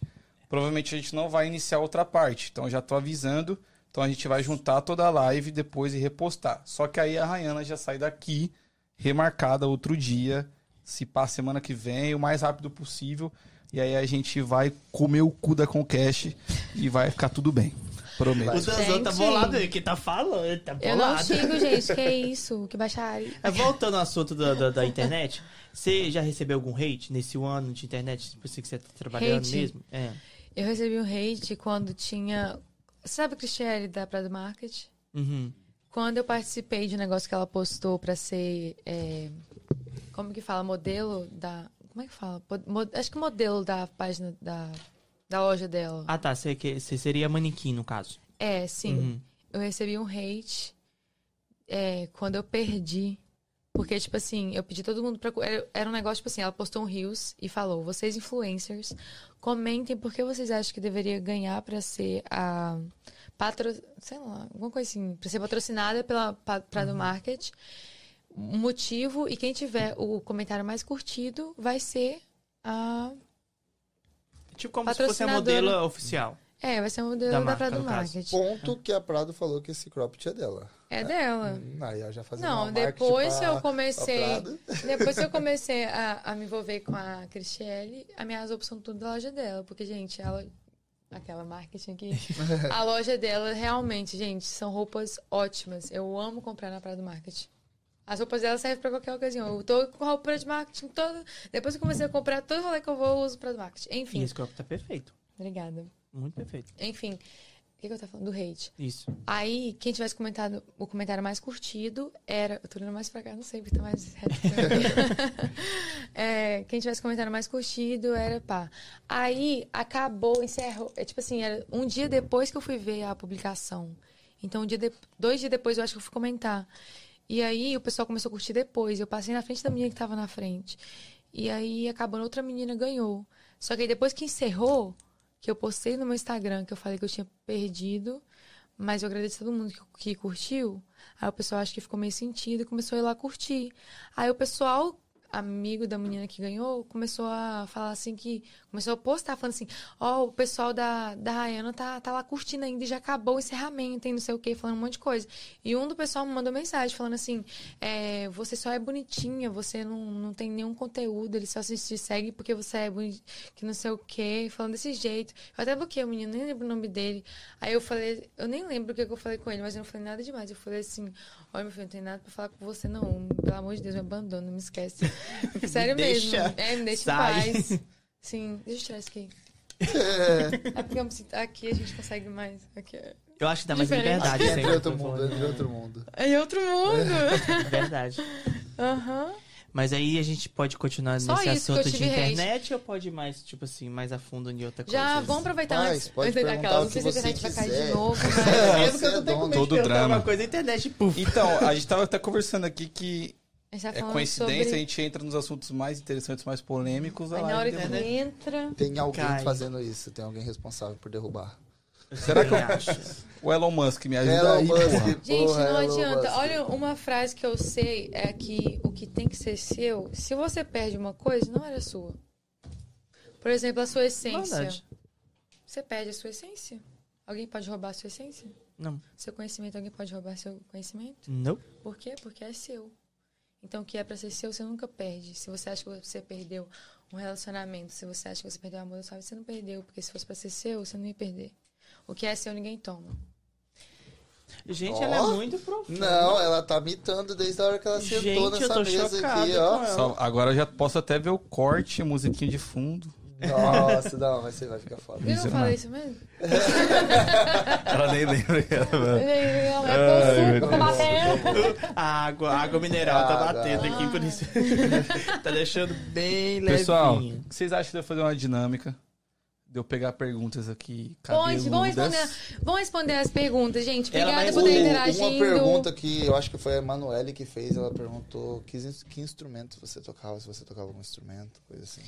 provavelmente a gente não vai iniciar outra parte. Então já tô avisando. Então a gente vai juntar toda a live depois e repostar. Só que aí a Rayana já sai daqui, remarcada outro dia, se pá semana que vem, o mais rápido possível. E aí a gente vai comer o cu da Conquest e vai ficar tudo bem.
O
Prometo.
Danzão tá
Gente.
bolado aí, que tá falando, ele tá bolado.
Eu não
(laughs)
xingo, gente. Que isso? Que baixaria.
É, Voltando ao assunto da, da, da internet, você já recebeu algum hate nesse um ano de internet? Por isso que você tá trabalhando
Hate?
mesmo? É.
Eu recebi um hate quando tinha. Você sabe a Cristiane da Prado Market?
Uhum.
Quando eu participei de um negócio que ela postou pra ser. é, como que fala? Modelo da. Como é que fala? Pod- mo- acho que modelo da página da, da loja dela.
Ah, tá. Você, que- você seria manequim, no caso.
É, sim.
Uhum.
Eu recebi um hate é, quando eu perdi. Porque, tipo assim, eu pedi todo mundo pra. cu- Era, era um negócio, tipo assim, ela postou um Rios e falou: vocês influencers, comentem por que vocês acham que deveria ganhar pra ser a. Patro... Sei lá, alguma coisa assim. Pra ser patrocinada pela Pa- Prado
Uhum.
Market. Um motivo, e quem tiver o comentário mais curtido vai ser a.
Tipo como se fosse a
Patrocinadora.
modelo oficial.
É, vai ser a modelo
Da
da,
marca,
Prado
no caso.
Market.
Ponto que a Prado falou que esse cropped é dela.
É dela.
Hum, aí ela já fazendo
Não,
uma marketing
depois
pra-
eu comecei.
pra Prado.
Depois que eu comecei a, a me envolver com a Cristiane, as minhas opções são tudo da loja dela. Porque, gente, ela. Aquela marketing aqui. A loja dela, realmente, gente, são roupas ótimas. Eu amo comprar na Prado Market. As roupas dela servem pra qualquer ocasião. Eu tô com roupa de marketing toda. Depois que eu comecei a comprar, todo rolê que eu vou, eu uso Prado Market.
E
Enfim.
esse copo tá perfeito.
Obrigada.
Muito perfeito.
Enfim. O que, que eu tava falando? Do hate.
Isso.
Aí, quem tivesse comentado o comentário mais curtido era. Eu tô olhando mais pra cá, não sei, porque tá mais reto. pra mim. É, quem tivesse comentário mais curtido era pá. Aí, acabou, encerrou. É, tipo assim, era um dia depois que eu fui ver a publicação. Então, um dia de- dois dias depois, eu acho que eu fui comentar. E aí, o pessoal começou a curtir depois. Eu passei na frente da menina que tava na frente. E aí, acabou, outra menina ganhou. Só que aí, depois que encerrou, que eu postei no meu Instagram, que eu falei que eu tinha perdido. Mas eu agradeço a todo mundo que, que curtiu. Aí o pessoal acho que ficou meio sentido e começou a ir lá curtir. Aí o pessoal, amigo da menina que ganhou, começou a falar assim que. Começou a postar, falando assim, ó, o pessoal da, da Rayana tá, tá lá curtindo ainda e já acabou o encerramento e não sei o quê, falando um monte de coisa. E um do pessoal me mandou mensagem falando assim, é, você só é bonitinha, você não, não tem nenhum conteúdo, ele só se te segue porque você é bonitinha, que não sei o quê, falando desse jeito. Eu até bloqueei o menino, nem lembro o nome dele. Aí eu falei, eu nem lembro o que que eu falei com ele, mas eu não falei nada demais. Eu falei assim, olha, meu filho, não tem nada pra falar com você, não. Pelo amor de Deus, me abandona, não me esquece. Sério
deixa.
mesmo. É, me deixa
Sai.
(laughs)
em paz. Sim, deixa eu tirar isso aqui. É porque eu me sinto- aqui a gente consegue mais. Aqui é.
Eu acho que dá mais
Diferente.
liberdade. né?
Aqui é de
sempre,
outro
eu tô
mundo, é
falando.
de outro mundo.
É em outro
(laughs)
mundo.
Verdade.
Aham.
Mas aí a gente pode continuar
Só
nesse
isso que eu
assunto de
tive hate.
internet ou pode ir mais, tipo assim, mais a fundo em outra coisa?
Já, vamos aproveitar
Paz,
antes.
pode
antes da-
perguntar
aquela-
o
Não
que
sei se a
você
internet vai cair
quiser.
de novo,
É,
mas...
mesmo que eu tô
Você (laughs) é
tendo
dono.
medo de
Todo
perguntar
drama.
Uma coisa, a internet, puf.
Então, a gente tava até conversando aqui que
A gente tá
é
falando
coincidência, a
sobre...
gente entra nos assuntos mais interessantes, mais polêmicos. a
Aí na
live
hora
deu-
que entra...
Tem alguém
Cai.
fazendo isso, tem alguém responsável por derrubar.
Será
(laughs)
que eu-
acho?
o Elon Musk me ajuda
Elon
aí, porra?
Musk,
Gente,
porra,
não
Elon
adianta.
Musk.
Olha, uma frase que eu sei é que o que tem que ser seu, se você perde uma coisa, não era sua. Por exemplo, a sua essência.
Verdade.
Você perde a sua essência. Alguém pode roubar a sua essência?
Não.
Seu conhecimento, alguém pode roubar seu conhecimento?
Não.
Por quê? Porque é seu. Então, o que é pra ser seu, você nunca perde. Se você acha que você perdeu um relacionamento, se você acha que você perdeu o amor da sua vida, você não perdeu. Porque se fosse pra ser seu, você não ia perder. O que é seu, ninguém toma.
Gente,
Ó.
ela é muito profunda.
Não, ela tá mitando desde a hora que ela sentou
Gente, eu
nessa
tô
mesa
chocado
aqui,
com
ó.
ela. (laughs)
Só- agora eu já posso até ver o corte, a musiquinha de fundo.
Nossa, não, mas você vai ficar foda.
Eu não
Miserável.
falei isso é mesmo?
Ela nem lembra.
(laughs)
Ele é um
Ai, meu
suco, tá batendo.
A água, a água mineral tá
Água.
batendo aqui, por isso. (laughs) tá deixando bem levinho.
Pessoal, o que vocês acham de eu fazer uma dinâmica? De eu pegar perguntas aqui
Pode, vamos responder,
cabeludas?
vamos responder as perguntas, gente.
Ela vai-
Obrigada por
O-
ter
uma
interagindo.
pergunta que eu acho que foi a Emanuele que fez, ela perguntou que, ins- que instrumento você tocava, se você tocava algum instrumento, coisa assim.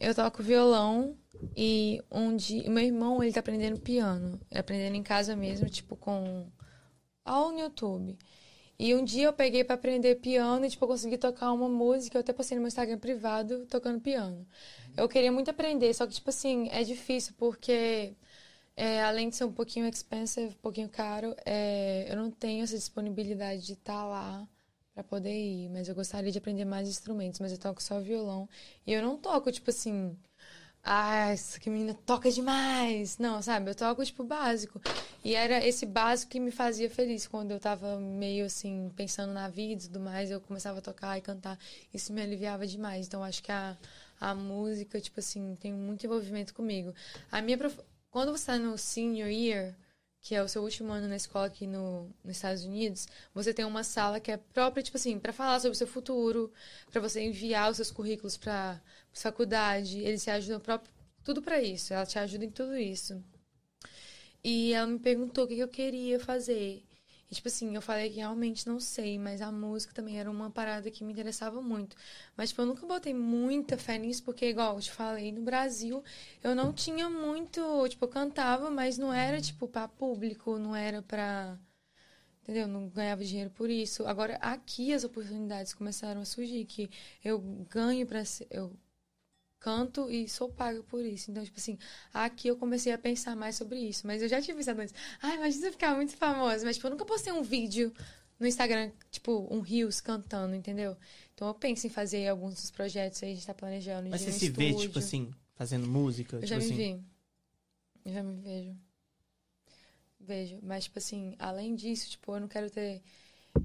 Eu toco violão e um dia, meu irmão, ele tá aprendendo piano. Aprendendo em casa mesmo, tipo com ao no YouTube. E um dia eu peguei pra aprender piano e tipo eu consegui tocar uma música, eu até postei no meu Instagram privado tocando piano. Eu queria muito aprender, só que tipo assim, é difícil porque é, além de ser um pouquinho expensive, um pouquinho caro, é, eu não tenho essa disponibilidade de estar lá pra poder ir, mas eu gostaria de aprender mais instrumentos, mas eu toco só violão e eu não toco tipo assim, ah, essa que menina toca demais. Não, sabe? Eu toco tipo básico. E era esse básico que me fazia feliz quando eu tava meio assim, pensando na vida e tudo mais. Eu começava a tocar e cantar. Isso me aliviava demais. Então acho que a, a música, tipo assim, tem muito envolvimento comigo. A minha prof... Quando você tá no senior year, que é o seu último ano na escola aqui no, nos Estados Unidos, você tem uma sala que é própria, tipo assim, para falar sobre o seu futuro, para você enviar os seus currículos para faculdade, eles te ajudam próprio tudo para isso, ela te ajuda em tudo isso. E ela me perguntou o que que eu queria fazer. E, tipo assim, eu falei que realmente não sei, mas a música também era uma parada que me interessava muito. Mas, tipo, eu nunca botei muita fé nisso, porque, igual eu te falei, no Brasil eu não tinha muito. Tipo, eu cantava, mas não era, tipo, pra público, não era pra. Entendeu? Não ganhava dinheiro por isso. Agora, aqui as oportunidades começaram a surgir, que eu ganho pra ser. Eu canto e sou paga por isso. Então, tipo assim, aqui eu comecei a pensar mais sobre isso. Mas eu já tinha pensado antes. Ai, imagina eu ficar muito famosa. Mas, tipo, eu nunca postei um vídeo no Instagram, tipo, um Rios cantando, entendeu? Então eu penso em fazer alguns dos projetos aí, a gente tá planejando.
Mas você
de ir no
se vê,
estúdio.
tipo assim, fazendo música?
Eu
tipo
já me
assim. (laughs)
vi. Eu já me vejo. Vejo. Mas, tipo assim, além disso, tipo, eu não quero ter.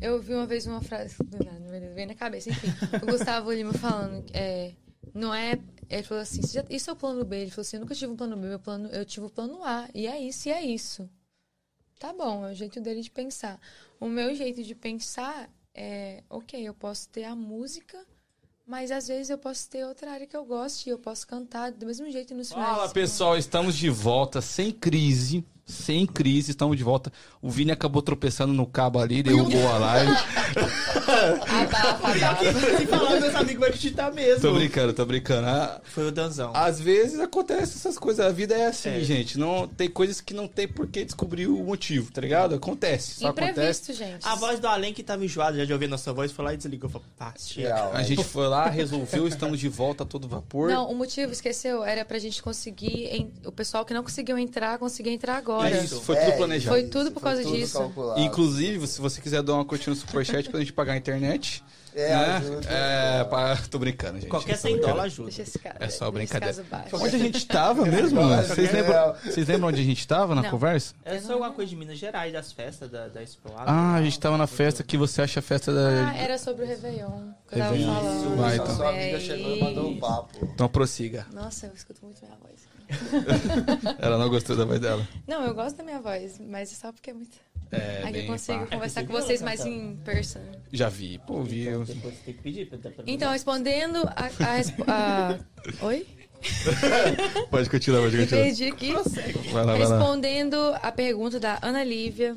Eu vi uma vez uma frase. Do nada, meu Deus, veio na cabeça. Enfim, o Gustavo Lima falando. É, não é. Ele falou assim: "Você já- Isso é o plano B. Ele falou assim: Eu nunca tive um plano B. Meu plano, eu tive o plano A. E é isso, e é isso. Tá bom, é o jeito dele de pensar. O meu jeito de pensar é: Ok, eu posso ter a música. Mas às vezes eu posso ter outra área que eu goste e eu posso cantar do mesmo jeito nos finais.
Fala pessoal, estamos de volta sem crise. Sem crise, estamos de volta. O Vini acabou tropeçando no cabo ali, derrubou a live.
(laughs) Abafa, abafa.
Se Tá falar, meus amigos vão acreditar mesmo.
Tô brincando, tô brincando. Ah,
Foi o Danzão.
Às vezes acontece essas coisas, a vida é assim,
É.
gente. Não tem coisas que não tem por que descobrir o motivo, tá ligado? Acontece, só acontece.
Imprevisto, gente.
A voz do Além que tava enjoada já de ouvir nossa voz foi lá e desligou. Falou, pá, chega.
Real. né?
A gente foi lá, resolveu, estamos de volta a todo vapor.
Não, o motivo, esqueceu, era pra gente conseguir. en- O pessoal que não conseguiu entrar, conseguiu entrar agora.
É isso, foi tudo planejado.
Foi tudo por causa disso.
calculado.
Inclusive, se você quiser dar uma curtida no superchat pra gente pagar pagar a internet.
É,
né?
ajuda.
É, pra- tô brincando, gente.
Qualquer
Tô
100
brincando.
dólares ajuda.
Deixa esse cara.
É só
deixa esse
brincadeira.
caso baixo.
Onde a gente tava mesmo? mano? Vocês lembram, vocês lembram onde a gente tava na
Não.
conversa?
É só alguma coisa de Minas Gerais, das festas da, da Expo.
Ah, a gente tava na festa que você acha a festa da.
Ah, era sobre o Réveillon. Que eu tava
Réveillon.
falando.
Vai,
Só
então.
sua amiga chegou e mandou
É
um papo.
Então prossiga.
Nossa, eu escuto muito minha voz.
Ela não gostou da voz dela.
Não, eu gosto da minha voz, mas é só porque é muito.
É,
Aí
bem
eu consigo
pá.
conversar
Você
com
viu
vocês
ela
mais em person.
Já vi, pô, vi.
Então, depois você tem que pedir pra, pra, pra
Então, respondendo a. a respo- a- Oi?
(laughs) Pode continuar, pode
Me
continuar.
perdi aqui.
Vai lá, vai lá.
Respondendo a pergunta da Ana Lívia.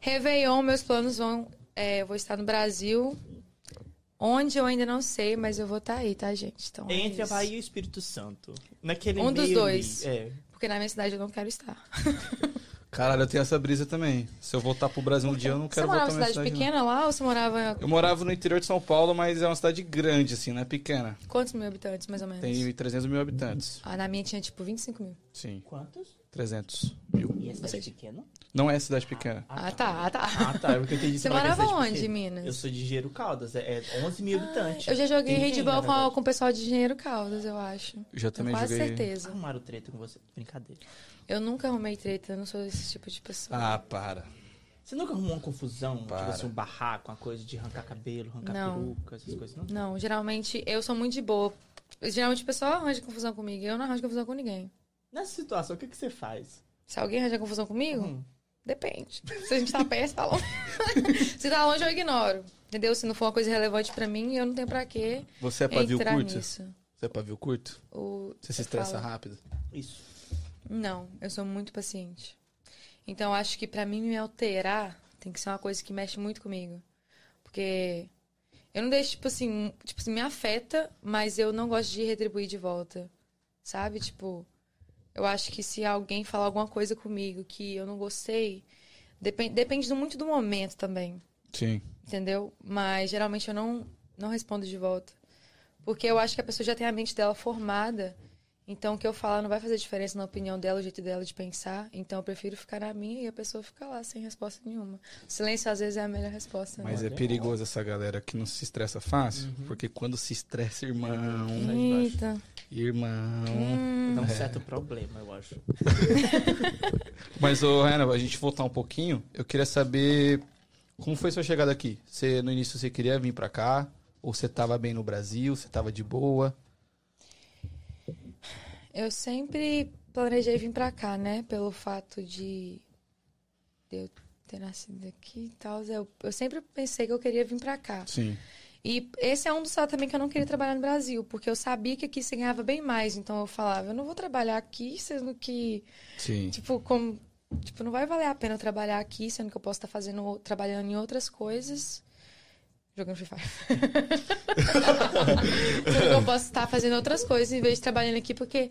Réveillon, meus planos vão. é, eu vou estar no Brasil. Onde eu ainda não sei, mas eu vou estar aí, tá, gente? Então, é
Entre a
isso.
Bahia e o Espírito Santo. Naquele
Um dos
meio ali,
dois.
É.
Porque na minha cidade eu não quero estar.
Caralho, eu tenho essa brisa também. Se eu voltar pro Brasil um dia, eu não
Você
quero voltar
morava em
na
cidade,
cidade. não.
pequena lá ou você morava.
Eu morava no interior de São Paulo, mas é uma cidade grande, assim, não é pequena.
Quantos mil habitantes, mais ou menos?
Tem 300 mil habitantes.
Ah, na minha tinha tipo 25 mil.
Sim,
Quantos?
300 mil.
E essa é pequena?
Não é cidade pequena.
Ah, tá, ah, tá.
Ah, tá. é Porque eu entendi
Você
falar que é
morava
cidade
onde,
pequena.
Minas? Ah,
Eu sou de Giro Caldas. É, é 11 mil habitantes.
tá.
(laughs) Eu já joguei
Tem quem, na
handball com, a-
verdade?
com o pessoal de Engenheiro Caldas, eu acho.
Eu já também
Tenho quase
joguei.
certeza.
Arrumaram treta com você. Brincadeira.
Eu nunca arrumei treta, eu não sou esse tipo de pessoa.
Ah, para.
Você nunca arrumou uma confusão?
Para.
Tipo assim, um barraco, uma coisa de arrancar cabelo, arrancar
Não.
peruca, essas coisas, não?
Não, geralmente eu sou muito de boa. Geralmente o pessoal arranja confusão comigo, eu não arranjo confusão com ninguém.
Nessa situação, o que, que você faz?
Se alguém arranja confusão comigo,
Uhum.
Hum.
depende. Se a gente tá perto, tá longe. (laughs) Se tá longe, eu ignoro. Entendeu? Se não for uma coisa relevante pra mim, eu não tenho pra que
Você é pavio
entrar
curto?
nisso.
Você é pavio curto?
O-
Você se
eu
estressa
falo-
rápido?
Isso.
Não, eu sou muito paciente. Então, acho que pra mim me alterar tem que ser uma coisa que mexe muito comigo. Porque eu não deixo, tipo assim, tipo assim, me afeta, mas eu não gosto de retribuir de volta. Sabe? Tipo, eu acho que se alguém falar alguma coisa comigo que eu não gostei, depende, depende muito do momento também,
Sim.
entendeu? Mas geralmente eu não, não respondo de volta. Porque eu acho que a pessoa já tem a mente dela formada. Então, o que eu falar não vai fazer diferença na opinião dela, o jeito dela de pensar. Então, eu prefiro ficar na minha e a pessoa fica lá sem resposta nenhuma. O silêncio, às vezes, é a melhor resposta. Né?
Mas é
Olha.
perigoso essa galera que não se estressa fácil,
Uhum.
porque quando se estressa, irmão,
Eita. Hum.
irmão.
Dá um certo problema, eu acho.
Mas, ô, Renan, a gente voltar um pouquinho, eu queria saber como foi sua chegada aqui? Você, no início, você queria vir pra cá? Ou você tava bem no Brasil? Você tava de boa?
Eu sempre planejei vir pra cá, né? Pelo fato de de eu ter nascido aqui e tal. Eu, eu sempre pensei que eu queria vir pra cá.
Sim.
E esse é um dos fatos também que eu não queria trabalhar no Brasil, porque eu sabia que aqui você ganhava bem mais. Então, eu falava, eu não vou trabalhar aqui, sendo que
Sim.
Tipo, como, tipo, não vai valer a pena eu trabalhar aqui, sendo que eu posso estar fazendo, ou- trabalhando em outras coisas. Jogando Free Fire. (laughs) sendo que eu posso estar fazendo outras coisas em vez de trabalhando aqui, porque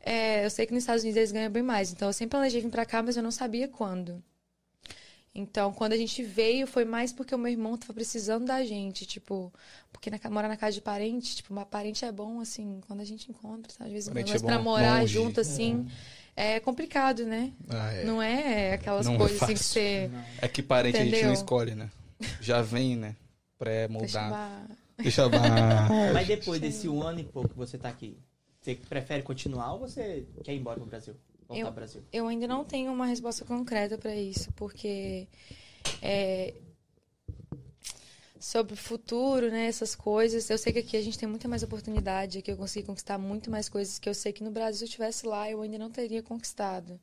é, eu sei que nos Estados Unidos eles ganham bem mais. Então, eu sempre planejei vir pra cá, mas eu não sabia quando. Então, quando a gente veio, foi mais porque o meu irmão tava precisando da gente, tipo... Porque na, ca- morar na casa de parente, tipo, uma parente é bom, assim, quando a gente encontra, sabe? Às vezes,
Parente é
mas pra
bom,
morar
longe.
junto, assim, é complicado, né?
Ah, é.
Não é aquelas
Não é
coisas assim que
fácil.
você
É que parente a gente
Entendeu?
não escolhe, né? Já vem, né? Pré-moldado.
chamar.
Deixa eu
(laughs)
chamar.
Mas depois desse um ano e pouco que você tá aqui, você prefere continuar ou você quer ir embora pro Brasil? Voltar
Eu-
pro Brasil?
Eu ainda não tenho uma resposta concreta pra isso, porque é, sobre o futuro, né, essas coisas, eu sei que aqui a gente tem muita mais oportunidade, que eu consegui conquistar muito mais coisas que eu sei que no Brasil se eu estivesse lá eu ainda não teria conquistado.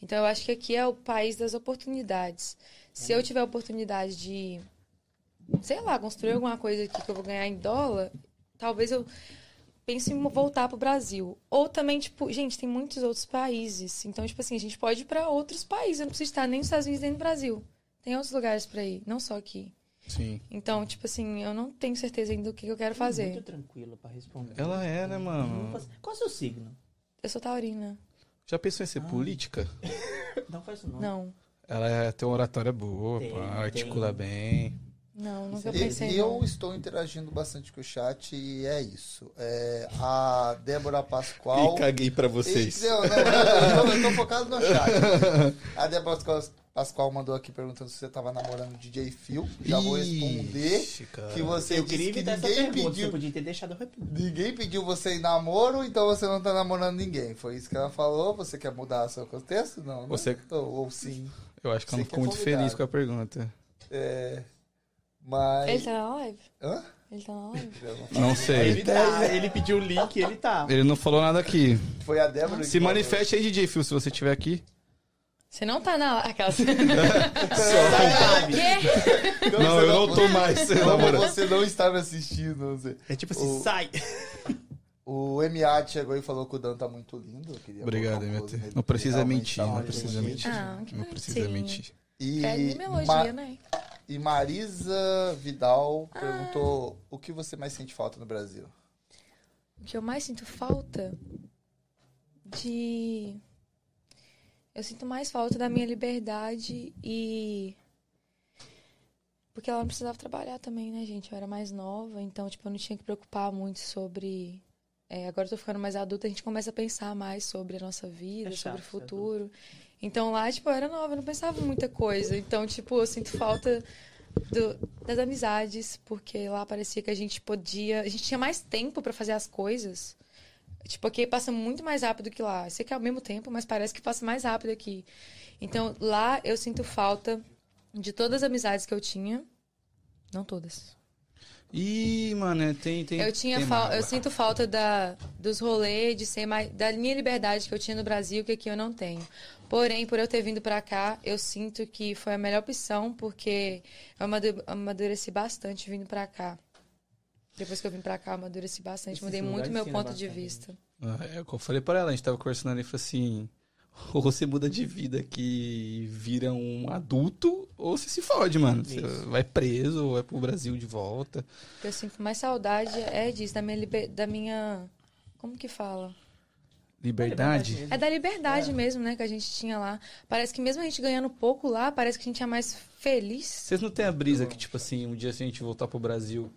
Então eu acho que aqui é o país das oportunidades. Se eu tiver a oportunidade de, sei lá, construir alguma coisa aqui que eu vou ganhar em dólar, talvez eu penso em voltar pro Brasil. Ou também, tipo, gente, tem muitos outros países. Então, tipo assim, a gente pode ir pra outros países. Eu não preciso estar nem nos Estados Unidos nem no Brasil. Tem outros lugares pra ir, não só aqui.
Sim.
Então, tipo assim, eu não tenho certeza ainda do que que eu quero fazer.
Muito tranquila pra responder.
Ela é, né,
Não
mano?
faz- Qual é o seu signo?
Eu sou taurina.
Já pensou em ser
Ah.
política?
Não faz isso, não.
Não,
Ela é, tem uma oratória boa,
Tem,
pá,
tem.
articula bem.
não, nunca
Isso aí.
pensei.
E,
não.
eu estou interagindo bastante com o chat e é isso. É, a Débora Pascoal.
caguei pra
Não, não, eu, tô, eu tô focado no chat. A Débora Pascoal, Pascoal mandou aqui perguntando se você tava namorando o DJ Phil. Já vou responder
Ixi, cara.
que você
Eu
disse
queria
que
evitar essa
ninguém
pergunta. Você
pediu,
podia ter deixado eu repetir.
ninguém pediu você em namoro, então você não tá namorando ninguém. Foi isso que ela falou. Você quer mudar seu contexto? Não, né?
Você-
Ou, ou sim.
Eu acho que eu não
Você
fico
que é
muito feliz
convidado.
com a pergunta.
É, mas...
Ele tá na live?
Hã?
Ele tá na live?
Eu não-
Não sei.
Ele, tá, ele pediu o link, ele tá.
Ele não falou nada aqui.
Foi a Débora que
Se
falou.
manifeste aí, DJ Phil, se você estiver aqui.
Você não tá na live? Aquelas... Quê?
Não,
Não, você
eu (laughs) não tô mais namorando.
Você não está me assistindo. não sei.
(laughs) É tipo assim,
O-
sai.
O MA chegou e falou que o Dan tá muito lindo. eu queria
Obrigado,
colocar um close
MT.
nele,
Não
porque
precisa
realmente
mentir,
tá
não
muito
precisa
bonito.
mentir.
Ah, que
Não precisa
bonitinho.
mentir.
E,
É,
Pede me
Ma-
elogia, né?
e Marisa Vidal
Ah.
perguntou o que você mais sente falta no Brasil.
O que eu mais sinto falta de. Eu sinto mais falta da minha liberdade e. Porque ela não precisava trabalhar também, né, gente? Eu era mais nova, então, tipo, eu não tinha que preocupar muito sobre. É, agora eu tô ficando mais adulta, a gente começa a pensar mais sobre a nossa vida,
É chato
sobre o
ser
futuro. Então lá, tipo, eu era nova, eu não pensava em muita coisa. Então, tipo, eu sinto falta do- das amizades, porque lá parecia que a gente podia. A gente tinha mais tempo pra fazer as coisas. Tipo, aqui passa muito mais rápido que lá. Eu sei que é ao mesmo tempo, mas parece que passa mais rápido aqui. Então, lá eu sinto falta de todas as amizades que eu tinha. Não todas.
Ih, mano, tem. tem
Eu tinha
tem
fal-
mágoa.
eu sinto falta da dos rolês, de ser mais da minha liberdade que eu tinha no Brasil que aqui eu não tenho. Porém, por eu ter vindo pra cá, eu sinto que foi a melhor opção porque eu amadu- amadureci bastante vindo pra cá. Depois que eu vim pra cá, eu amadureci bastante,
Esses
mudei
lugares
muito meu
ensinam
ponto de
bastante.
vista.
Ah, É o que eu falei pra ela, a gente tava conversando ali e falou assim: ou você muda de vida que vira um adulto, ou você se fode, mano. Você
Isso.
vai preso, ou vai pro Brasil de volta.
O que eu sinto mais saudade é disso, da minha liber- da minha como que fala?
Liberdade?
É da liberdade mesmo, né, que a gente tinha lá. Parece que mesmo a gente ganhando pouco lá, parece que a gente é mais feliz.
Vocês não têm a brisa que, tipo assim, um dia se a gente voltar pro Brasil,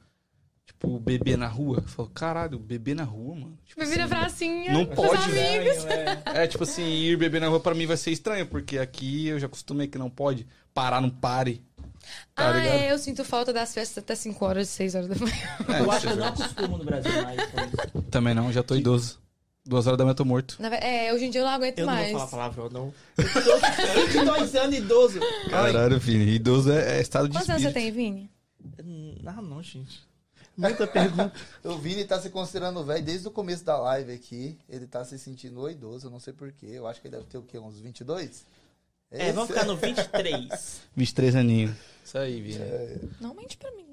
tipo, bebê na rua? Eu falo, caralho, bebê na rua, mano. Tipo
Tipo, vira
assim,
pracinha.
não
pros
pode,
né?
amigos.
velho. É, tipo assim, ir beber na rua pra mim vai ser estranho, porque aqui eu já acostumei que não pode parar no pare. Tá
ah,
ligado?
é, eu sinto falta das festas até 5 horas, 6 horas da manhã.
É,
Eu acho
você
que eu não
vê.
acostumo no Brasil mais. com isso.
Também não, já tô idoso. Duas horas da manhã eu tô morto.
Na ve- É, hoje em dia eu não aguento
Eu não
mais.
vou falar palavrão, não. Eu tô 22 anos idoso.
Caralho, filho, idoso é, é estado de
Quantos anos você
espírito.
tem, Vini?
Não, ah, não, gente. Muita pergunta.
O Vini tá se considerando velho desde o começo da live aqui. Ele tá se sentindo o idoso, eu não sei porquê. Eu acho que ele deve ter o quê? Uns 22?
É, vamos
Esse-
ficar no 23.
23 aninhos. Isso aí, Vini.
Não mente pra mim.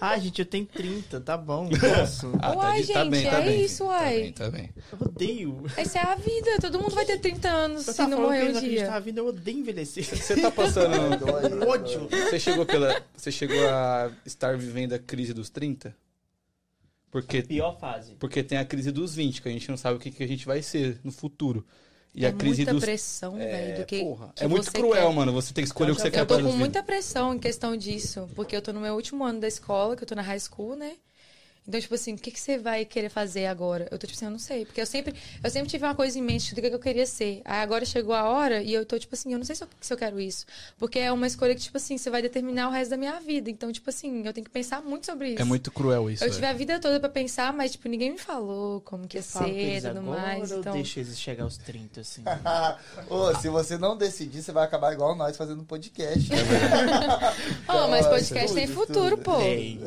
Ah, gente, eu tenho 30, tá (laughs) bom. Posso.
Ah, tá
Uai, gente, é
Vini,
isso, uai.
Tá bem, tá bem.
Eu odeio.
Essa é a vida, todo mundo vai ter 30 anos
Você
se
tá
não
falando que eu
morrer um
não
dia.
acreditava vindo, eu odeio envelhecer.
Você tá passando...
é Dois,
Ódio.
Você chegou pela... Você chegou a estar vivendo a crise dos 30? Porque,
Pior fase.
porque tem a crise dos 20, que a gente não sabe o que, que a gente vai ser no futuro. E
é
a crise
muita
dos... É,
pressão, velho, do que,
Porra,
que
é muito
você
cruel,
quer.
mano. Você tem que escolher o que você quer
Eu tô
fazer.
com muita pressão em questão disso, porque eu tô no meu último ano da escola, que eu tô na high school, né? Então, tipo assim, o que, que você vai querer fazer agora? Eu tô tipo assim, eu não sei. Porque eu sempre, eu sempre tive uma coisa em mente do que que eu queria ser. Aí agora chegou a hora e eu tô tipo assim, eu não sei se eu, se eu quero isso. Porque é uma escolha que, tipo assim, você vai determinar o resto da minha vida. Então, tipo assim, eu tenho que pensar muito sobre isso.
É muito cruel isso.
eu
velho.
tive a vida toda pra pensar, mas, tipo, ninguém me falou como que ia
Eu falo com
ser e
eles
tudo
agora,
mais.
eu
Então,
deixo eles chegar aos 30, assim.
Ah, Ô, se você não decidir, você vai acabar igual nós fazendo podcast. né?
É
oh, mas
Nossa,
podcast tem
tudo,
futuro,
tudo.
pô.
Ei,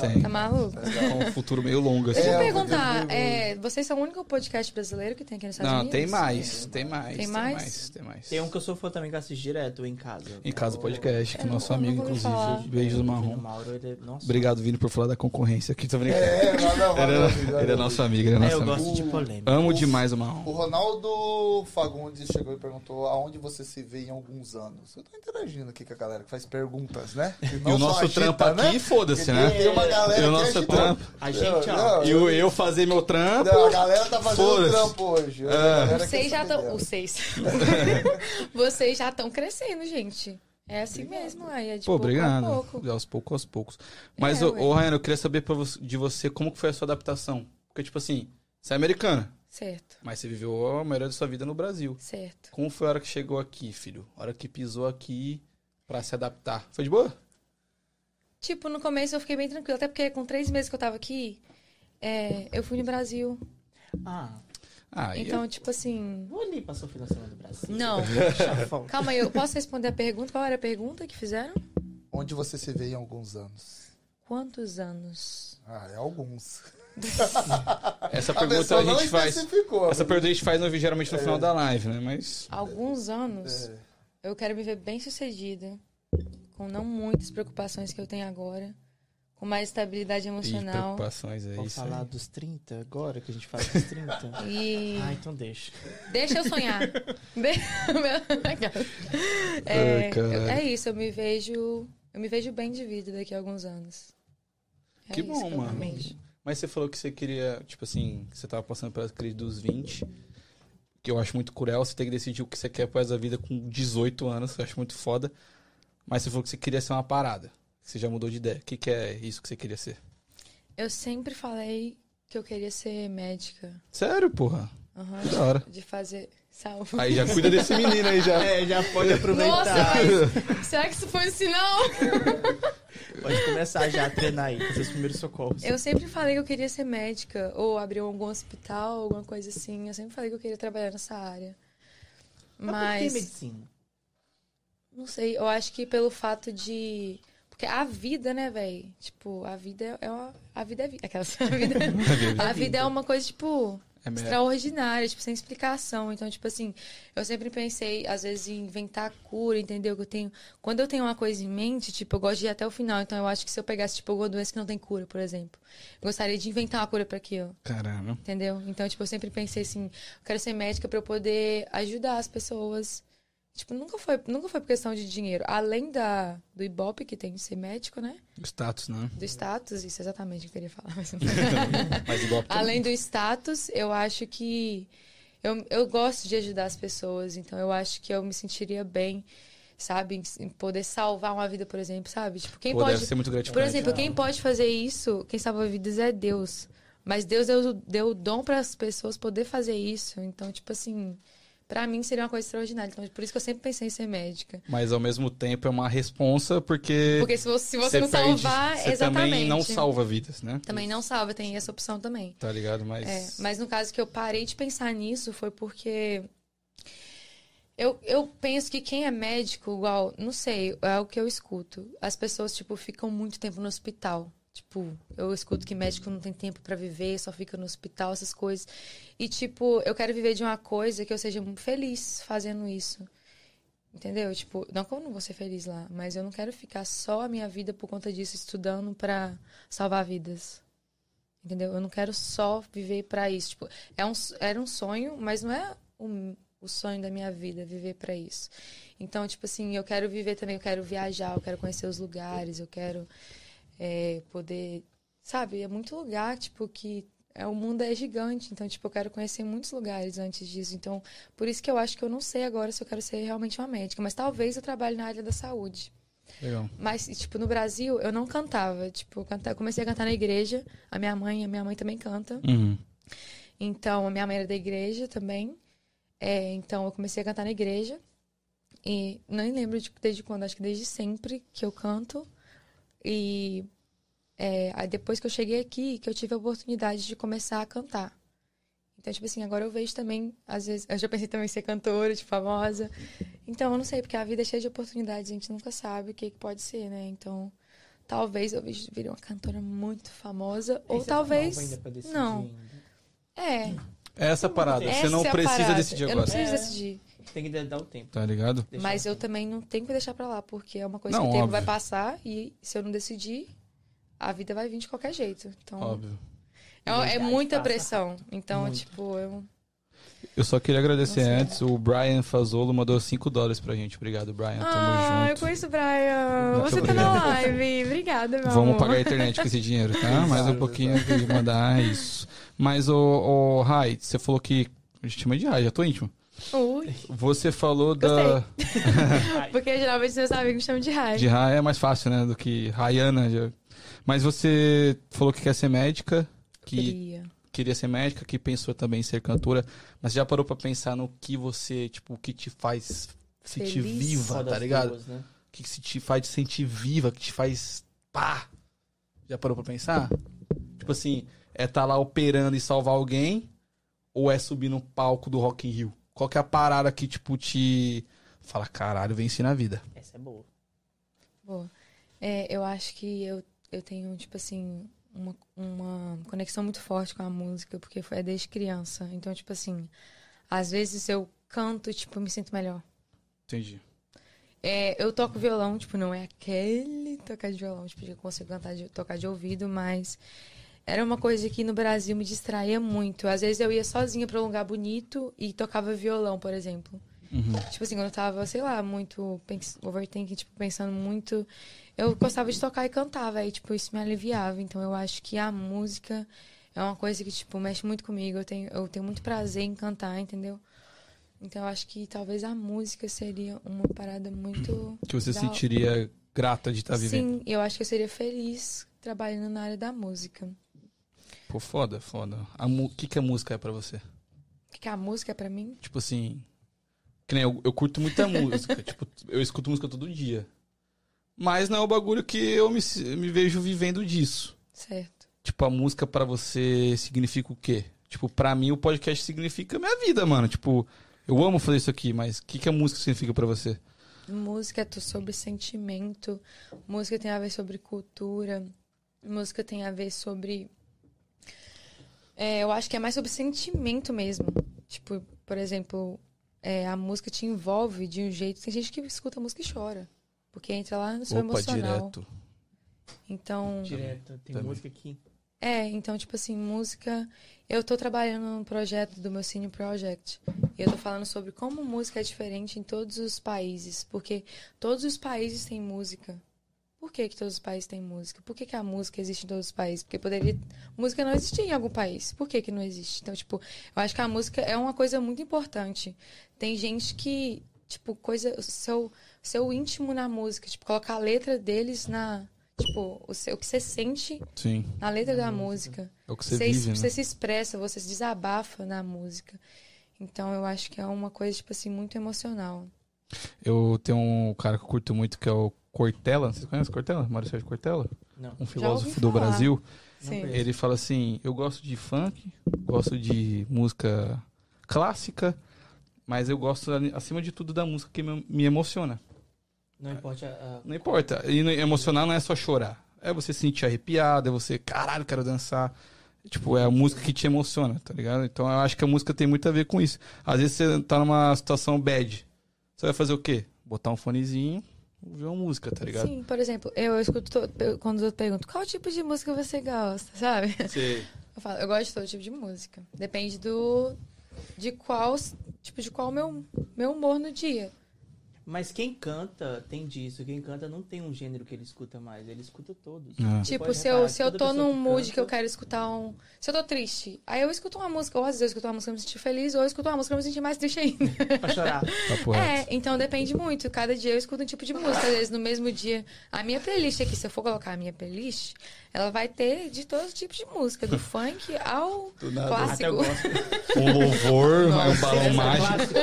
Tem.
Tá maluco?
É um futuro meio longo, assim.
Deixa eu
É,
perguntar,
eu-
é, vocês são o único podcast brasileiro que tem aqui nos Estados
Não,
Unidos?
tem mais, tem mais.
Tem
Tem
mais?
mais, tem mais.
Tem um que eu sou fã também que eu assisto direto em casa. É,
Em casa podcast, que é
Eu
nosso
não- eu não
amigo,
vou me
inclusive.
falar.
Beijos
O
marrom.
Mauro, ele é... Nossa.
Obrigado, Vini, por falar da concorrência aqui. Tô brincando.
É, não, não,
ele,
não, não, não,
é, ele é
não.
nosso amigo, ele é
É,
nosso
eu
amigo.
gosto de polêmica.
Amo demais o
O
marrom.
Ronaldo Fagundes chegou e perguntou aonde você se vê em alguns anos. Eu tô interagindo aqui com a galera que faz perguntas, né?
E o nosso trampo aqui, foda-se, né?
Tem uma galera
E o
que
nosso
agitou.
trampo.
A gente,
Não,
ó.
não,
E o eu fazer meu trampo.
não, a galera tá fazendo
Foda-se.
trampo hoje. A
É.
galera tá quer
Vocês já
saber
estão.
dela.
Os
(laughs)
seis. Vocês já estão crescendo, gente. É assim mesmo, aí é de
Pô,
pouco
obrigado.
a pouco.
Aos poucos, aos poucos. Mas,
É,
ô,
ué.
ô, Ryan, eu queria saber pra vo- de você como que foi a sua adaptação. Porque, tipo assim, você é americana.
Certo,
Mas você viveu a maioria da sua vida no Brasil.
certo.
Como foi a hora que chegou aqui, filho? A hora que pisou aqui pra se adaptar. Foi de boa?
Tipo, no começo eu fiquei bem tranquila, até porque com três meses que eu tava aqui, é, eu fui no Brasil.
Ah,
Ah, e
Então, tipo assim.
vou ali pra Sofia na Semana do Brasil.
Não.
Chafão.
Calma aí, eu posso responder a pergunta? Qual era a pergunta que fizeram?
Onde você se vê em alguns anos?
Quantos anos?
Ah, é alguns.
essa pergunta a,
pessoa
gente faz.
especificou. né?
Essa pergunta a gente faz no, geralmente no final da live, né? Mas.
Alguns anos.
É.
Eu quero me ver bem sucedida, com não muitas preocupações que eu tenho agora, com mais estabilidade
E
emocional.
preocupações, é
Vou
isso.
falar
aí.
dos 30 agora, que a gente fala dos
(laughs)
30.
E
ah, então deixa.
deixa
(laughs)
eu sonhar. De- é,
Ai, caralho.
é isso, eu me vejo. Eu me vejo bem de vida daqui a alguns anos. É
Que
isso
bom,
eu me
mano.
vejo.
Mas você falou que você queria, tipo assim, que você tava passando pela crise dos 20, que eu acho muito cruel, você tem que decidir o que você quer pro resto da vida com 18 anos, que eu acho muito foda. Mas você falou que você queria ser uma parada. Você já mudou de ideia. O que, que é isso que você queria ser?
Eu sempre falei que eu queria ser médica.
Sério, porra?
Aham,
Da hora.
de fazer salva.
Aí já cuida desse menino aí
(laughs)
já.
É, já pode
Nossa,
aproveitar.
mas será que isso foi um sinal?
Pode começar já a treinar aí, fazer os primeiros socorros.
Eu sempre falei que eu queria ser médica, ou abrir algum hospital, alguma coisa assim. Eu sempre falei que eu queria trabalhar nessa área.
Mas por que
Mas,
medicina?
não sei, eu acho que pelo fato de. Porque a vida, né, velho? Tipo, a vida é uma. A vida é vida. (laughs) Aquelas... A vida, a vida é uma coisa, tipo.
É melhor.
extraordinária, tipo, sem explicação. Então, tipo assim, eu sempre pensei, às vezes, em inventar cura, entendeu? Que eu tenho. Quando eu tenho uma coisa em mente, tipo, eu gosto de ir até o final. Então, eu acho que se eu pegasse, tipo, alguma doença que não tem cura, por exemplo, eu gostaria de inventar uma cura pra aquilo,
Caramba.
entendeu? Então, tipo, eu sempre pensei assim, eu quero ser médica pra eu poder ajudar as pessoas. Tipo, nunca foi, nunca foi por questão de dinheiro. Além da, do Ibope, que tem de ser médico, né?
Status, né?
Do status, isso é exatamente o que eu queria falar, mas não
Mas igual pra-
Além do status, eu acho que eu, eu gosto de ajudar as pessoas, então eu acho que eu me sentiria bem, sabe, em- em poder salvar uma vida, por exemplo, sabe? Tipo, quem
Pô,
pode,
deve ser muito gratificante. né?
por exemplo, quem pode fazer isso, quem salva vidas é Deus. Mas Deus deu, deu o dom para as pessoas poder fazer isso, então tipo assim, pra mim seria uma coisa extraordinária. Então por isso que eu sempre pensei em ser médica.
Mas ao mesmo tempo é uma responsa porque.
Porque se você, se você não
perde-
salvar,
você
exatamente.
também não salva vidas, né?
Também não salva, tem essa opção também.
Tá ligado? Mas.
É, mas no caso que eu parei de pensar nisso foi porque eu, eu penso que quem é médico, igual, não sei, é o que eu escuto. As pessoas, tipo, ficam muito tempo no hospital. Tipo, eu escuto que médico não tem tempo pra viver, só fica no hospital, essas coisas. E, tipo, eu quero viver de uma coisa que eu seja muito feliz fazendo isso. Entendeu? Tipo, não que eu não vou ser feliz lá, mas eu não quero ficar só a minha vida por conta disso, estudando pra salvar vidas. Entendeu? Eu não quero só viver pra isso. Tipo, é um, s- era um sonho, mas não é o, o sonho da minha vida, viver pra isso. Então, tipo assim, eu quero viver também, eu quero viajar, eu quero conhecer os lugares, eu quero é, poder. Sabe? É muito lugar, tipo, que. É, o mundo é gigante, então, tipo, eu quero conhecer muitos lugares antes disso. Então, por isso que eu acho que eu não sei agora se eu quero ser realmente uma médica, mas talvez eu trabalhe na área da saúde.
Legal.
Mas, tipo, no Brasil, eu não cantava. Tipo, eu canta- eu comecei a cantar na igreja. A minha mãe, a minha mãe também canta.
Uhum.
Então, a minha mãe era da igreja também. É, então, eu comecei a cantar na igreja. E nem lembro de- desde quando, acho que desde sempre que eu canto. E é, aí depois que eu cheguei aqui, que eu tive a oportunidade de começar a cantar. Então, tipo assim, agora eu vejo também, às vezes, eu já pensei também em ser cantora, de famosa. Então, eu não sei, porque a vida é cheia de oportunidades, a gente nunca sabe o que, que pode ser, né? Então, talvez eu vire uma cantora muito famosa, ou
Você tá
talvez.
nova ainda pra decidir
não.
ainda.
É,
É essa a parada.
essa
Você não
é a
precisa
parada.
decidir
Eu não
agora.
preciso
É.
decidir.
Tem que dar o tempo.
Tá ligado?
Deixa
mas
eu-
eu também não tenho que deixar pra lá, porque é uma coisa
Não,
que o tempo
óbvio.
vai passar e se eu não decidir, a vida vai vir de qualquer jeito. Então,
Óbvio.
é, é
Verdade,
muita
passa
pressão. Então,
Muito.
tipo, eu.
Eu só queria agradecer
Nossa,
antes. O Brian Fazolo mandou 5 dólares pra gente. Obrigado, Brian. É, Tamo
ah, eu
junto.
conheço o Brian.
Muito
Você tá na live. Obrigada, meu
Vamos
amor.
pagar a internet com esse dinheiro,
(laughs)
tá? Mais um
Exato,
pouquinho de mandar é isso. Mas, ô, ô Rai, você falou que. A gente chama de Rai, já tô íntimo.
Ui,
Você falou da.
porque geralmente meus amigos me chamam de Rai.
De Rai é mais fácil, né? Do que Rayana. já. Mas você falou que quer ser médica. Que
Queria.
queria ser médica, que pensou também em ser cantora, mas já parou pra pensar no que você, tipo, o que te faz sentir
Feliz.
viva,
Só
tá
das
ligado?
duas, né?
O que, que te faz sentir viva, que te faz pá. Já parou pra pensar? Tipo assim, é tá lá operando e salvar alguém ou é subir no palco do Rock in Rio? Qual que é a parada que, tipo, te fala, caralho, venci na vida?
Essa é boa.
Boa. É, eu acho que eu, eu tenho, tipo assim, uma, uma conexão muito forte com a música, porque foi é desde criança. Então, tipo assim, às vezes eu canto e, tipo, eu me sinto melhor.
Entendi.
É, eu toco violão, tipo, não é aquele tocar de violão, tipo, que eu consigo cantar de, tocar de ouvido, mas era uma coisa que no Brasil me distraía muito. Às vezes eu ia sozinha pra um lugar bonito e tocava violão, por exemplo. Tipo assim, quando eu tava, sei lá, muito pens- overthinking, tipo, pensando muito, eu gostava de tocar e cantar, velho. Tipo, isso me aliviava. Então eu acho que a música é uma coisa que, tipo, mexe muito comigo. Eu tenho, eu tenho muito prazer em cantar, entendeu? Então eu acho que talvez a música seria uma parada muito.
Que você
da-
sentiria grata de estar Tá vivendo.
Sim, eu acho que eu seria feliz trabalhando na área da música.
Pô, foda, foda. A mu- O que, que a música é pra você?
O que que a música é pra mim?
Tipo assim. Que nem eu, eu curto muita música. (laughs) tipo, eu escuto música todo dia. Mas não é o bagulho que eu me, se- me vejo vivendo disso.
Certo.
Tipo, a música pra você significa o quê? Tipo, pra mim o podcast significa minha vida, mano. Tipo, eu amo fazer isso aqui, mas o que, que a música significa pra você?
Música é tu- sobre sentimento, música tem a ver sobre cultura, música tem a ver sobre. É, eu acho que é mais sobre sentimento mesmo. Tipo, por exemplo, é, a música te envolve de um jeito. Tem gente que escuta a música e chora, porque entra lá no seu emocional.
direto.
Então.
Direto, tem
Também.
música aqui.
É, então, tipo assim, música. Eu tô trabalhando num projeto do meu Cine Project. E eu tô falando sobre como música é diferente em todos os países. Porque todos os países têm música. Por que, que todos os países têm música? Por que, que a música existe em todos os países? Porque poderia. Música não existir em algum país. Por que, que não existe? Então, tipo, eu acho que a música é uma coisa muito importante. Tem gente que, tipo, coisa. o Seu, seu íntimo na música. Tipo, colocar a letra deles na. Tipo, o, seu, o que você sente
Sim.
na letra da
Na
música.
É o que você
Você,
vive, né?
você se expressa, você se desabafa na música. Então eu acho que é uma coisa, tipo assim, muito emocional.
Eu tenho um cara que eu curto muito que é o Cortella. Vocês conhecem o Cortella? Mário Sérgio Cortella?
Não.
Um
ouvi
filósofo do
falar.
Brasil.
Sim.
conheço.
Ele fala assim: eu gosto de funk, gosto de música clássica, mas eu gosto, acima de tudo, da música que me me emociona.
Não importa ah, a. a-
Não importa. E no- emocionar não é só chorar. É você se sentir arrepiado, é você, caralho, quero dançar. Tipo, é a música que te emociona, tá ligado? Então eu acho que a música tem muito a ver com isso. Às vezes você tá numa situação bad. Você vai fazer o quê? Botar um fonezinho, ouvir uma música, tá ligado?
Sim, por exemplo, eu, eu escuto to- pe- quando os outros perguntam qual tipo de música você gosta, (laughs) sabe?
Sim.
Eu falo, eu gosto de todo tipo de música. Depende do de qual, tipo, de qual meu meu humor no dia.
Mas quem canta tem disso. Quem canta não tem um gênero que ele escuta mais. Ele escuta todos.
É.
Você
tipo,
pode
se eu,
reparar
se eu
toda
tô
pessoa
num mood
canta-
que eu quero escutar um, se eu tô triste, aí eu escuto uma música, ou às vezes eu escuto uma música pra me sentir feliz, ou eu escuto uma música pra me sentir mais triste ainda.
(laughs) Pra
(laughs)
chorar.
Papo
É,
reto.
então depende muito. Cada dia eu escuto um tipo de música. Às vezes no mesmo dia. A minha playlist aqui, se eu for colocar a minha playlist, ela vai ter de todos os tipos de
(laughs)
música. Do funk ao
Até eu
clássico.
gosto.
Um louvor, um balão
Você escuta
mágico.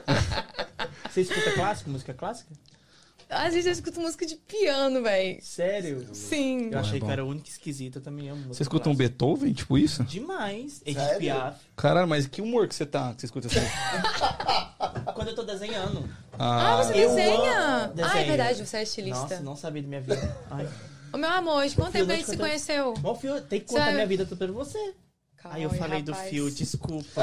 clássico? Você escuta clássico? Música clássica?
Às vezes eu escuto música de piano, véi.
Sério?
Sim.
Eu achei
é bom.
que era o único esquisito. Eu também amo música
Você escuta um
clássica.
Beethoven, tipo isso?
Demais.
Sério?
Edith Piaf.
Caralho, mas que humor que você tá? Que você escuta assim?
Quando eu tô desenhando.
Ah, você
eu
desenha?
amo
Ah, é
desenho.
verdade, você é estilista.
Nossa, não sabia da minha vida. Ai.
Ô meu amor, de quanto
Fio,
tempo
não
a gente
te
se
contei.
conheceu?
Bom, Fio, tem que contar
Sério?
minha vida toda pra você. Aí eu falei do Fio, desculpa.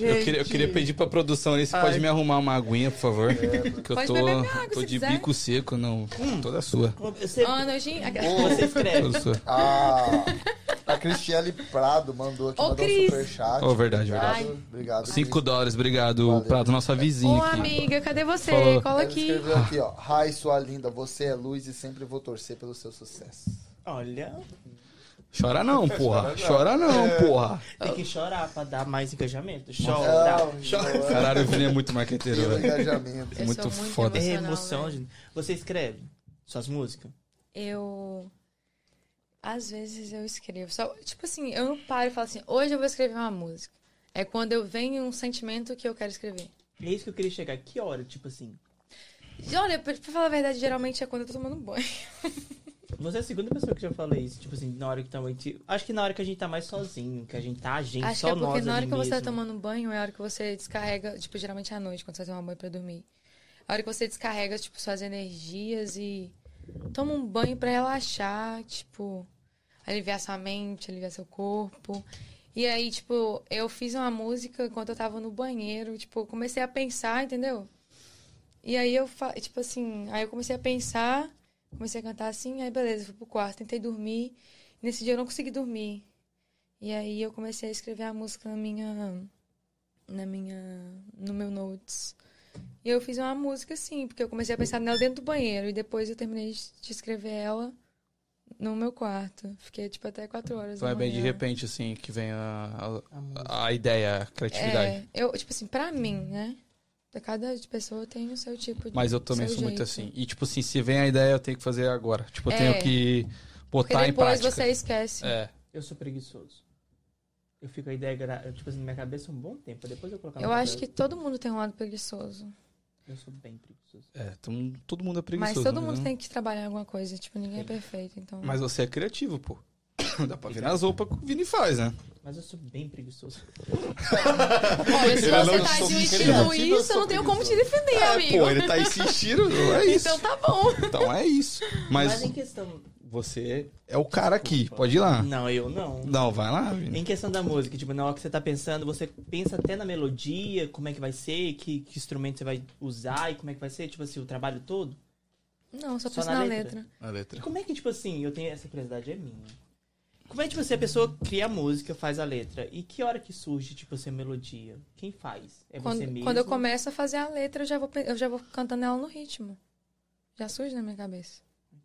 eu, queria, eu queria pedir pra produção ali, você pode me arrumar uma aguinha, por favor? que eu
É. Pode
tô,
beber minha água,
tô
se
de
quiser. Hum.
bico seco, não. Toda sua.
Você,
Ana, eu tinha-
(laughs)
você escreve.
Toda sua.
A, Ah, a Cristiane Prado mandou aqui,
Ô,
mandou um
Cris.
superchat.
Ô, verdade,
obrigado,
verdade.
Obrigado.
Cinco
Cris.
dólares, obrigado.
Valeu.
Prato, nossa
Ô
vizinha aqui.
amiga, cadê você?
Falou.
Cola
Ela
aqui.
escreveu aqui, ó. Rai, sua linda, você é luz e sempre vou torcer pelo seu sucesso.
Olha,
Chora não, porra. Chora não, É. porra.
tem que chorar pra dar mais engajamento. Chora,
Não,
chora.
não.
Caralho, o Vini é muito
Tem
marqueteiro,
um
velho.
engajamento.
Eu
Muito
sou muito
foda.
É
emocional, né?
emoção,
véi.
gente. Você escreve suas músicas?
Eu. Às vezes eu escrevo. Só, tipo assim, eu não paro e falo assim, hoje eu vou escrever uma música. É quando eu venho um sentimento que eu quero escrever.
É isso que eu queria chegar. Que hora, tipo assim?
E olha, pra, pra falar a verdade, geralmente é quando eu tô tomando banho.
Você é a segunda pessoa que já fala isso. Tipo assim, na hora que tá muito. Acho que na hora que a gente tá mais sozinho, que a gente tá a gente,
Acho que
só
é porque
nós
na hora
ali
que você tá
mesmo.
tomando banho, é a hora que você descarrega, tipo, geralmente à noite, quando você vai tomar banho pra dormir. A hora que você descarrega, tipo, suas energias e toma um banho pra relaxar, tipo, aliviar sua mente, aliviar seu corpo. E aí, tipo, eu fiz uma música enquanto eu tava no banheiro, tipo, eu comecei a pensar, entendeu? E aí eu, fa- tipo assim, aí eu comecei a pensar, comecei a cantar assim, aí beleza, fui pro quarto, tentei dormir. Nesse dia eu não consegui dormir. E aí eu comecei a escrever a música na minha na minha no meu notes. E eu fiz uma música assim, porque eu comecei a pensar nela dentro do banheiro e depois eu terminei de escrever ela no meu quarto. Fiquei tipo até quatro horas
Então
da
é bem de
manhã.
repente, assim, que vem a,
A música.
a, a ideia, a criatividade.
É, eu, tipo assim, pra mim, né? Cada pessoa tem o seu tipo de
Mas eu também
seu
sou muito
jeito.
assim. E, tipo assim, se vem a ideia, eu tenho que fazer agora. Tipo, eu
É.
tenho que
Porque
botar Tá em
depois
prática.
você esquece.
É.
Eu sou preguiçoso. Eu fico a ideia, gra... tipo assim, na minha cabeça um bom tempo. Depois eu colocar no
Eu acho que
papel.
todo mundo tem um lado preguiçoso.
Eu sou bem preguiçoso.
É, tom- todo mundo é
mas
preguiçoso.
todo
né?
mundo tem que trabalhar em alguma coisa. Tipo, ninguém é perfeito, então.
Mas você é criativo, pô. (coughs) Dá pra virar as roupas que o Vini faz, né?
Mas eu sou bem preguiçoso.
Olha, se
Ele não
você tá
soube
admitindo
criativo,
isso, eu não tenho como te defender, É, amigo.
Pô, ele tá
(laughs)
insistindo, é isso.
Então tá bom.
Então é isso. Mas
em questão.
você é o cara aqui, pode ir lá.
Não, eu não.
Não, vai lá, Vini.
Em questão da música, tipo, na hora que você tá pensando, você pensa até na melodia, como é que vai ser, que, que instrumento você vai usar e como é que vai ser, tipo assim, o trabalho todo.
Não, só
Só
pensa
na
na
letra.
letra.
A
E
letra.
como é que, tipo assim, eu tenho essa curiosidade, é minha. Como é que, tipo assim, a pessoa cria a música, faz a letra, e que hora que surge, tipo assim, a melodia? Quem faz? É você
Quando,
mesmo?
quando eu começo a fazer a letra, eu já, vou, pe- eu já vou cantando ela no ritmo. Já surge na minha cabeça.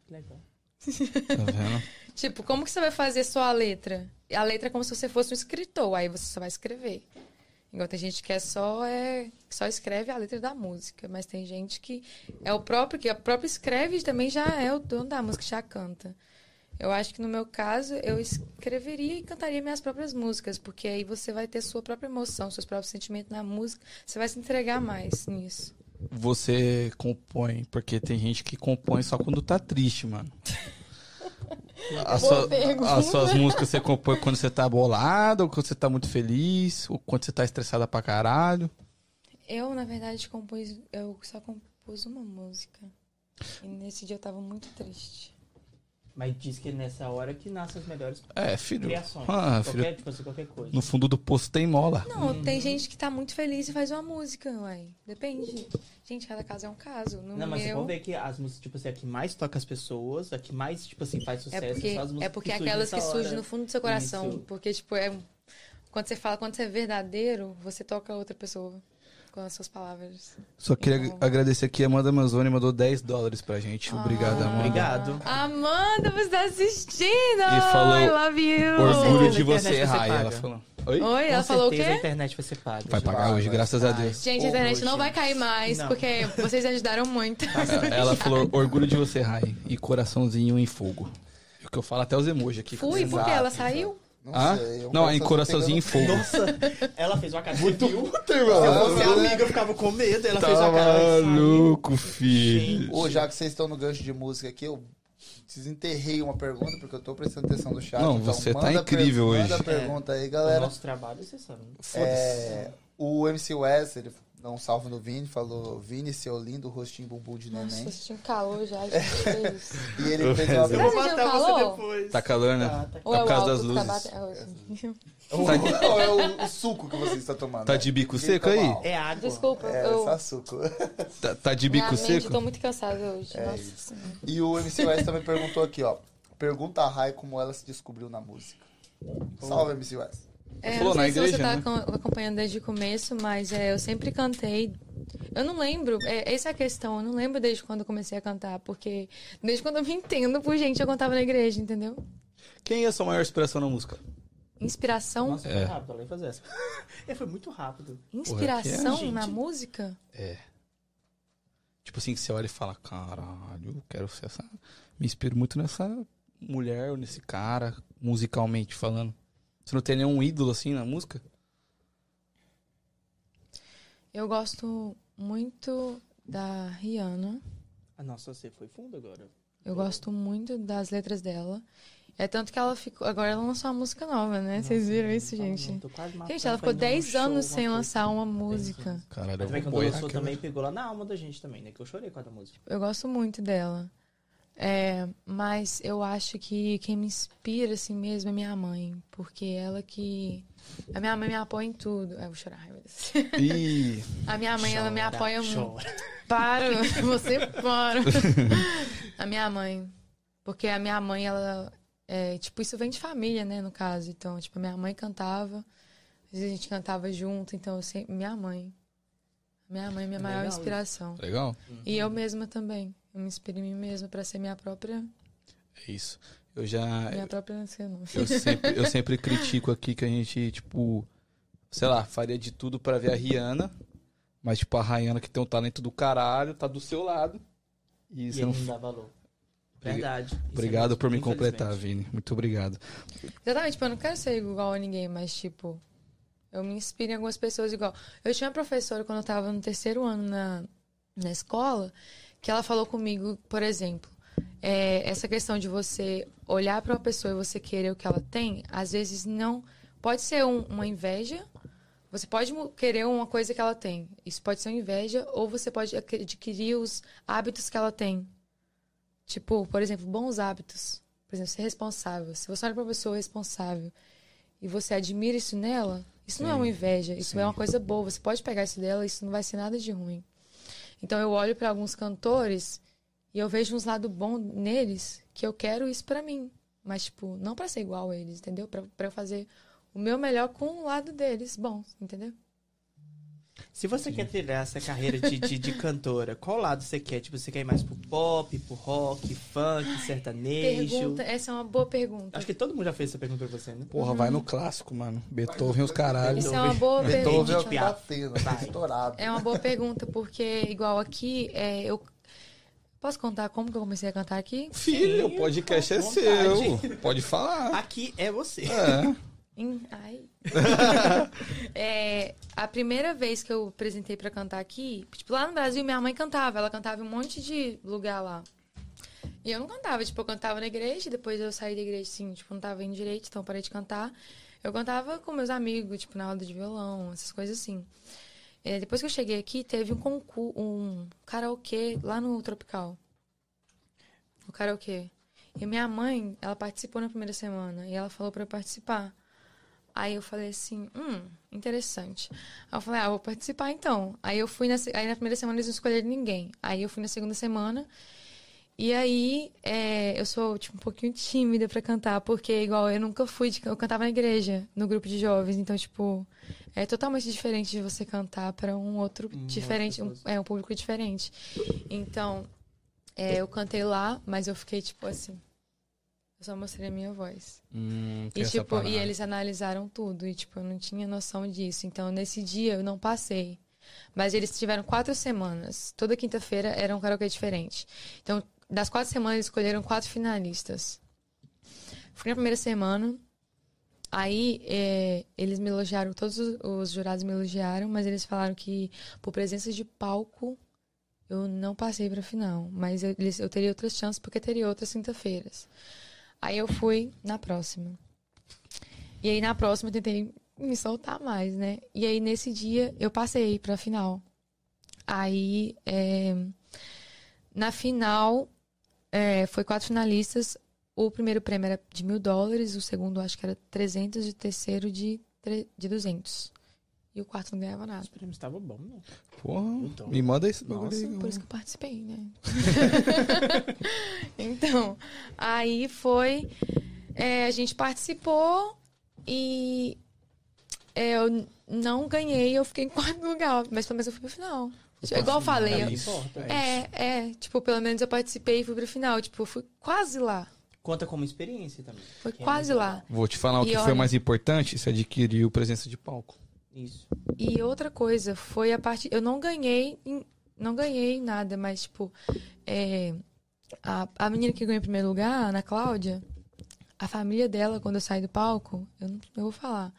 Que Legal.
Tá vendo?
Tipo, como que você vai fazer só a letra? A letra é como se você fosse um escritor, aí você só vai escrever. Igual tem gente que é só é que só escreve a letra da música, mas tem gente que é o próprio que a própria escreve e também já é o dono da música, já canta. Eu acho que no meu caso eu escreveria e cantaria minhas próprias músicas, porque aí você vai ter sua própria emoção, seus próprios sentimentos na música, você vai se entregar mais nisso.
Você compõe, porque tem gente que compõe só quando tá triste,
(laughs)
mano. As,
Boa
sua-
pergunta.
as suas músicas você compõe quando você tá bolado, ou quando você tá muito feliz, ou quando você tá estressada pra caralho.
Eu, na verdade, compus, eu só compus uma música. E nesse dia eu tava muito triste.
Mas diz que é nessa hora que nascem as melhores
É, filho.
criações.
Ah, filho.
qualquer, tipo assim, qualquer coisa.
No fundo do poço tem mola.
Não,
Hum.
tem gente que tá muito feliz e faz uma música, uai. Depende. Gente, cada caso é um caso. No
Não, mas você
meu,
pode ver que as músicas, tipo assim, a que mais toca as pessoas, a que mais, tipo assim, faz
é
sucesso,
porque,
são as músicas
é porque
que surgem
aquelas que
nessa
surgem
hora.
no fundo do seu coração.
Isso.
Porque, tipo, é. Quando você fala, quando você é verdadeiro, você toca outra pessoa com as suas palavras.
Só queria
Então.
ag- agradecer aqui. Amanda Manzoni mandou 10 dólares pra gente. Obrigado,
Ah.
Amanda.
Obrigado.
Amanda, você tá assistindo!
E falou,
I love you!
Orgulho
certeza
de você,
a internet vai ser
Rai.
paga.
Ela falou. Oi?
Oi,
Com
ela falou o
certeza
quê?
a internet vai ser paga.
Vai pagar hoje, graças a Deus.
Gente, a internet
Orgulho.
não vai cair mais,
Não. Tá,
porque vocês ajudaram muito.
Ah,
Ela falou, orgulho de você, Rai. E coraçãozinho em fogo. É O que eu falo até os emojis aqui.
Fui, porque ela saiu.
Não
Ah?
sei. um
Não, é em coraçãozinho em
coraçãozinho
fogo.
Nossa, ela fez uma cara Muito Se eu
pegando-
fosse
Ah,
amiga, eu ficava com medo. Ela
Tá
fez uma cara. assim,
maluco, filho.
Ô, já que vocês estão no gancho de música aqui, eu desenterrei uma pergunta, porque eu tô prestando atenção no chat.
Não,
então
você tá
manda
incrível
per-
hoje.
Manda pergunta aí,
O
galera.
nosso trabalho, você sabe. né?
É, o MC Wes, ele dá um salve no Vini, falou, Vini, seu lindo rostinho bumbum de
Nossa,
neném.
eu tinha um
(laughs)
calor já, gente. que isso.
E ele fez uma
Eu
Mas
vou
pergunta.
já
matar você
falou?
depois.
Tá calor, né? Tá
Tá, tá.
Ou é
por
o
causa das
álcool que tá
luzes.
batendo-
(laughs) Não, é o, o suco que você está tomando.
Tá de bico
Ele
seco
toma
aí?
álcool.
É água.
Desculpa,
É,
eu.
só suco.
Tá, tá de
Minha
bico
mente,
seco?
tô muito cansada hoje.
É
Nossa
isso.
Senhora.
E o MC Wes também perguntou aqui, ó. Pergunta a Rai como ela se descobriu na música. Salve, MC Wes.
É,
Falou
não
na
sei se
igreja,
você tá
né?
acom- acompanhando desde o começo, mas é, eu sempre cantei. Eu não lembro, é, essa é a questão, eu não lembro desde quando eu comecei a cantar, porque desde quando eu me entendo por gente, eu cantava na igreja, entendeu?
Quem é a sua maior inspiração na música?
Inspiração,
Nossa,
É.
foi rápido. Ela ia fazer essa. (laughs) É, foi muito rápido.
inspiração
Porra, que é,
na
gente?
música?
É. Tipo assim, que você olha e fala, caralho, eu quero ser essa. Me inspiro muito nessa mulher ou nesse cara, musicalmente falando? Você não tem nenhum ídolo assim na música?
Eu gosto muito da Rihanna.
Ah, nossa, você foi fundo agora.
Eu gosto muito das letras dela. É tanto que ela ficou. Agora ela lançou uma música nova, né? Vocês viram isso,
tá
gente? Gente, ela ficou 10 anos sem lançar uma
assim.
música.
Caralho, eu
Também
vou
quando
pôr
lançou
aqui,
também
né?
pegou lá na alma da gente também, né? Que eu chorei com a da música.
Eu gosto muito dela. É, mas eu acho que quem me inspira assim mesmo é minha mãe. Porque ela que. A minha mãe me apoia em tudo. Ai, eu vou chorar. ai, meu Deus. (laughs)
Ih,
A minha mãe, ela me
Chora,
apoia muito.
Chora.
Para, você para. (laughs) a minha mãe. Porque a minha mãe, ela. é, tipo, isso vem de família, né, no caso. Então, tipo, a minha mãe cantava. Às vezes a gente cantava junto. Então, eu sempre. Minha mãe. Minha mãe é minha
É
maior
legal isso.
inspiração.
legal?
E
Uhum.
eu mesma também. Eu me inspiro em mim mesma pra ser minha própria.
É isso. Eu já.
Minha própria não sei o (laughs) nome.
É. Eu sempre, eu sempre critico aqui que a gente, tipo, sei lá, faria de tudo pra ver a Rihanna. Mas, tipo, a Rihanna que tem um talento do caralho, tá do seu lado. E
E
você
ele
não.
não dá valor.
Obri-
Verdade. Isso é
é um Obrigado
mesmo,
por me
infelizmente.
completar, Vini. Muito obrigado.
Exatamente, tipo, eu não quero ser igual a ninguém, mas tipo, eu me inspiro em algumas pessoas igual. Eu tinha uma professora quando eu tava no terceiro ano na, na escola, que ela falou comigo, por exemplo, é, essa questão de você olhar pra uma pessoa e você querer o que ela tem, às vezes não. Pode ser um- uma inveja, você pode mu- querer uma coisa que ela tem. Isso pode ser uma inveja, ou você pode adqu- adquirir os hábitos que ela tem. Tipo, por exemplo, bons hábitos. Por exemplo, ser responsável. Se você olha pra uma pessoa responsável e você admira isso nela, isso não é
Sim,
uma inveja, isso
sim.
é uma coisa boa. Você pode pegar isso dela, isso não vai ser nada de ruim. Então eu olho pra alguns cantores e eu vejo uns lados bons neles que eu quero isso pra mim. Mas, tipo, não pra ser igual a eles, entendeu? Pra, pra eu fazer o meu melhor com o lado deles, bons, entendeu?
Se você quer trilhar essa carreira de, de, de cantora, qual lado você quer? Tipo, você quer ir mais pro pop, pro rock, funk, sertanejo?
Pergunta, essa é uma boa pergunta.
Acho que todo mundo já fez essa pergunta pra você, né?
Porra, vai no clássico, mano. Beethoven os caralho.
Isso é uma boa
Beethoven é o
pergunta.
que batendo, tá
Vai.
estourado.
É uma boa pergunta, porque igual aqui, é, eu posso contar como que eu comecei a cantar aqui?
Filho, o podcast é
com vontade.
seu. Pode falar.
Aqui é você.
É.
Em- ai. É, a primeira vez que eu apresentei pra cantar aqui, tipo, lá no Brasil, minha mãe cantava. Ela cantava em um monte de lugar lá. E eu não cantava, tipo, eu cantava na igreja, depois eu saí da igreja, assim, tipo, não tava indo direito, então eu parei de cantar. Eu cantava com meus amigos, tipo, na aula de violão, essas coisas assim. É, depois que eu cheguei aqui, teve um concurso, um karaokê lá no Tropical. O karaokê. E minha mãe, ela participou na primeira semana, e ela falou pra eu participar. Aí eu falei assim, hum, interessante. Aí eu falei, ah, vou participar então. Aí eu fui na, se- aí na primeira semana eles não escolheram ninguém. Aí eu fui na segunda semana. E aí é, eu sou tipo um pouquinho tímida pra cantar, porque igual eu nunca fui de, can- eu cantava na igreja, no grupo de jovens, então tipo, é totalmente diferente de você cantar pra um outro
Hum,
diferente, um,
outras pessoas.
é um público diferente. Então, é, eu cantei lá, mas eu fiquei tipo assim, eu só mostrei a minha voz.
Hum, tem
E,
essa
tipo,
parada.
e eles analisaram tudo. E, tipo, eu não tinha noção disso. Então, nesse dia, eu não passei. Mas eles tiveram quatro semanas. Toda quinta-feira era um karaokê diferente. Então, das quatro semanas, eles escolheram quatro finalistas. Fui na primeira semana. Aí, eh, eles me elogiaram. Todos os- os jurados me elogiaram. Mas eles falaram que, por presença de palco, eu não passei pra final. Mas eu, eles- eu teria outras chances, porque teria outras quinta-feiras. Aí eu fui na próxima. E aí na próxima eu tentei me soltar mais, né? E aí nesse dia eu passei pra final. Aí é, na final é, foi quatro finalistas. O primeiro prêmio era de mil dólares, o segundo acho que era 300 e o terceiro de, tre- de 200. E o quarto não ganhava nada.
Os prêmios estavam bons, né?
Porra,
Então.
me manda esse bagulho
Nossa,
aí.
por isso que eu participei, né? (laughs) então, aí foi. é, a gente participou e é, eu n- não ganhei, eu fiquei em quarto lugar, mas pelo menos eu fui pro final.
pra
Igual
final,
eu falei,
é
eu-
isso.
é, é, tipo, pelo menos eu participei e fui pro final. Tipo, eu fui quase lá.
Conta como experiência também.
Foi
que é
quase
muito
lá.
legal.
Vou te falar o
E
que foi
olha-
mais importante, você adquiriu presença de palco.
Isso.
E outra coisa, foi a parte. Eu não ganhei. em- Não ganhei nada, mas, tipo. é, a, a menina que ganhou em primeiro lugar, a Ana Cláudia, A família dela, quando eu saí do palco, eu, não, eu vou falar.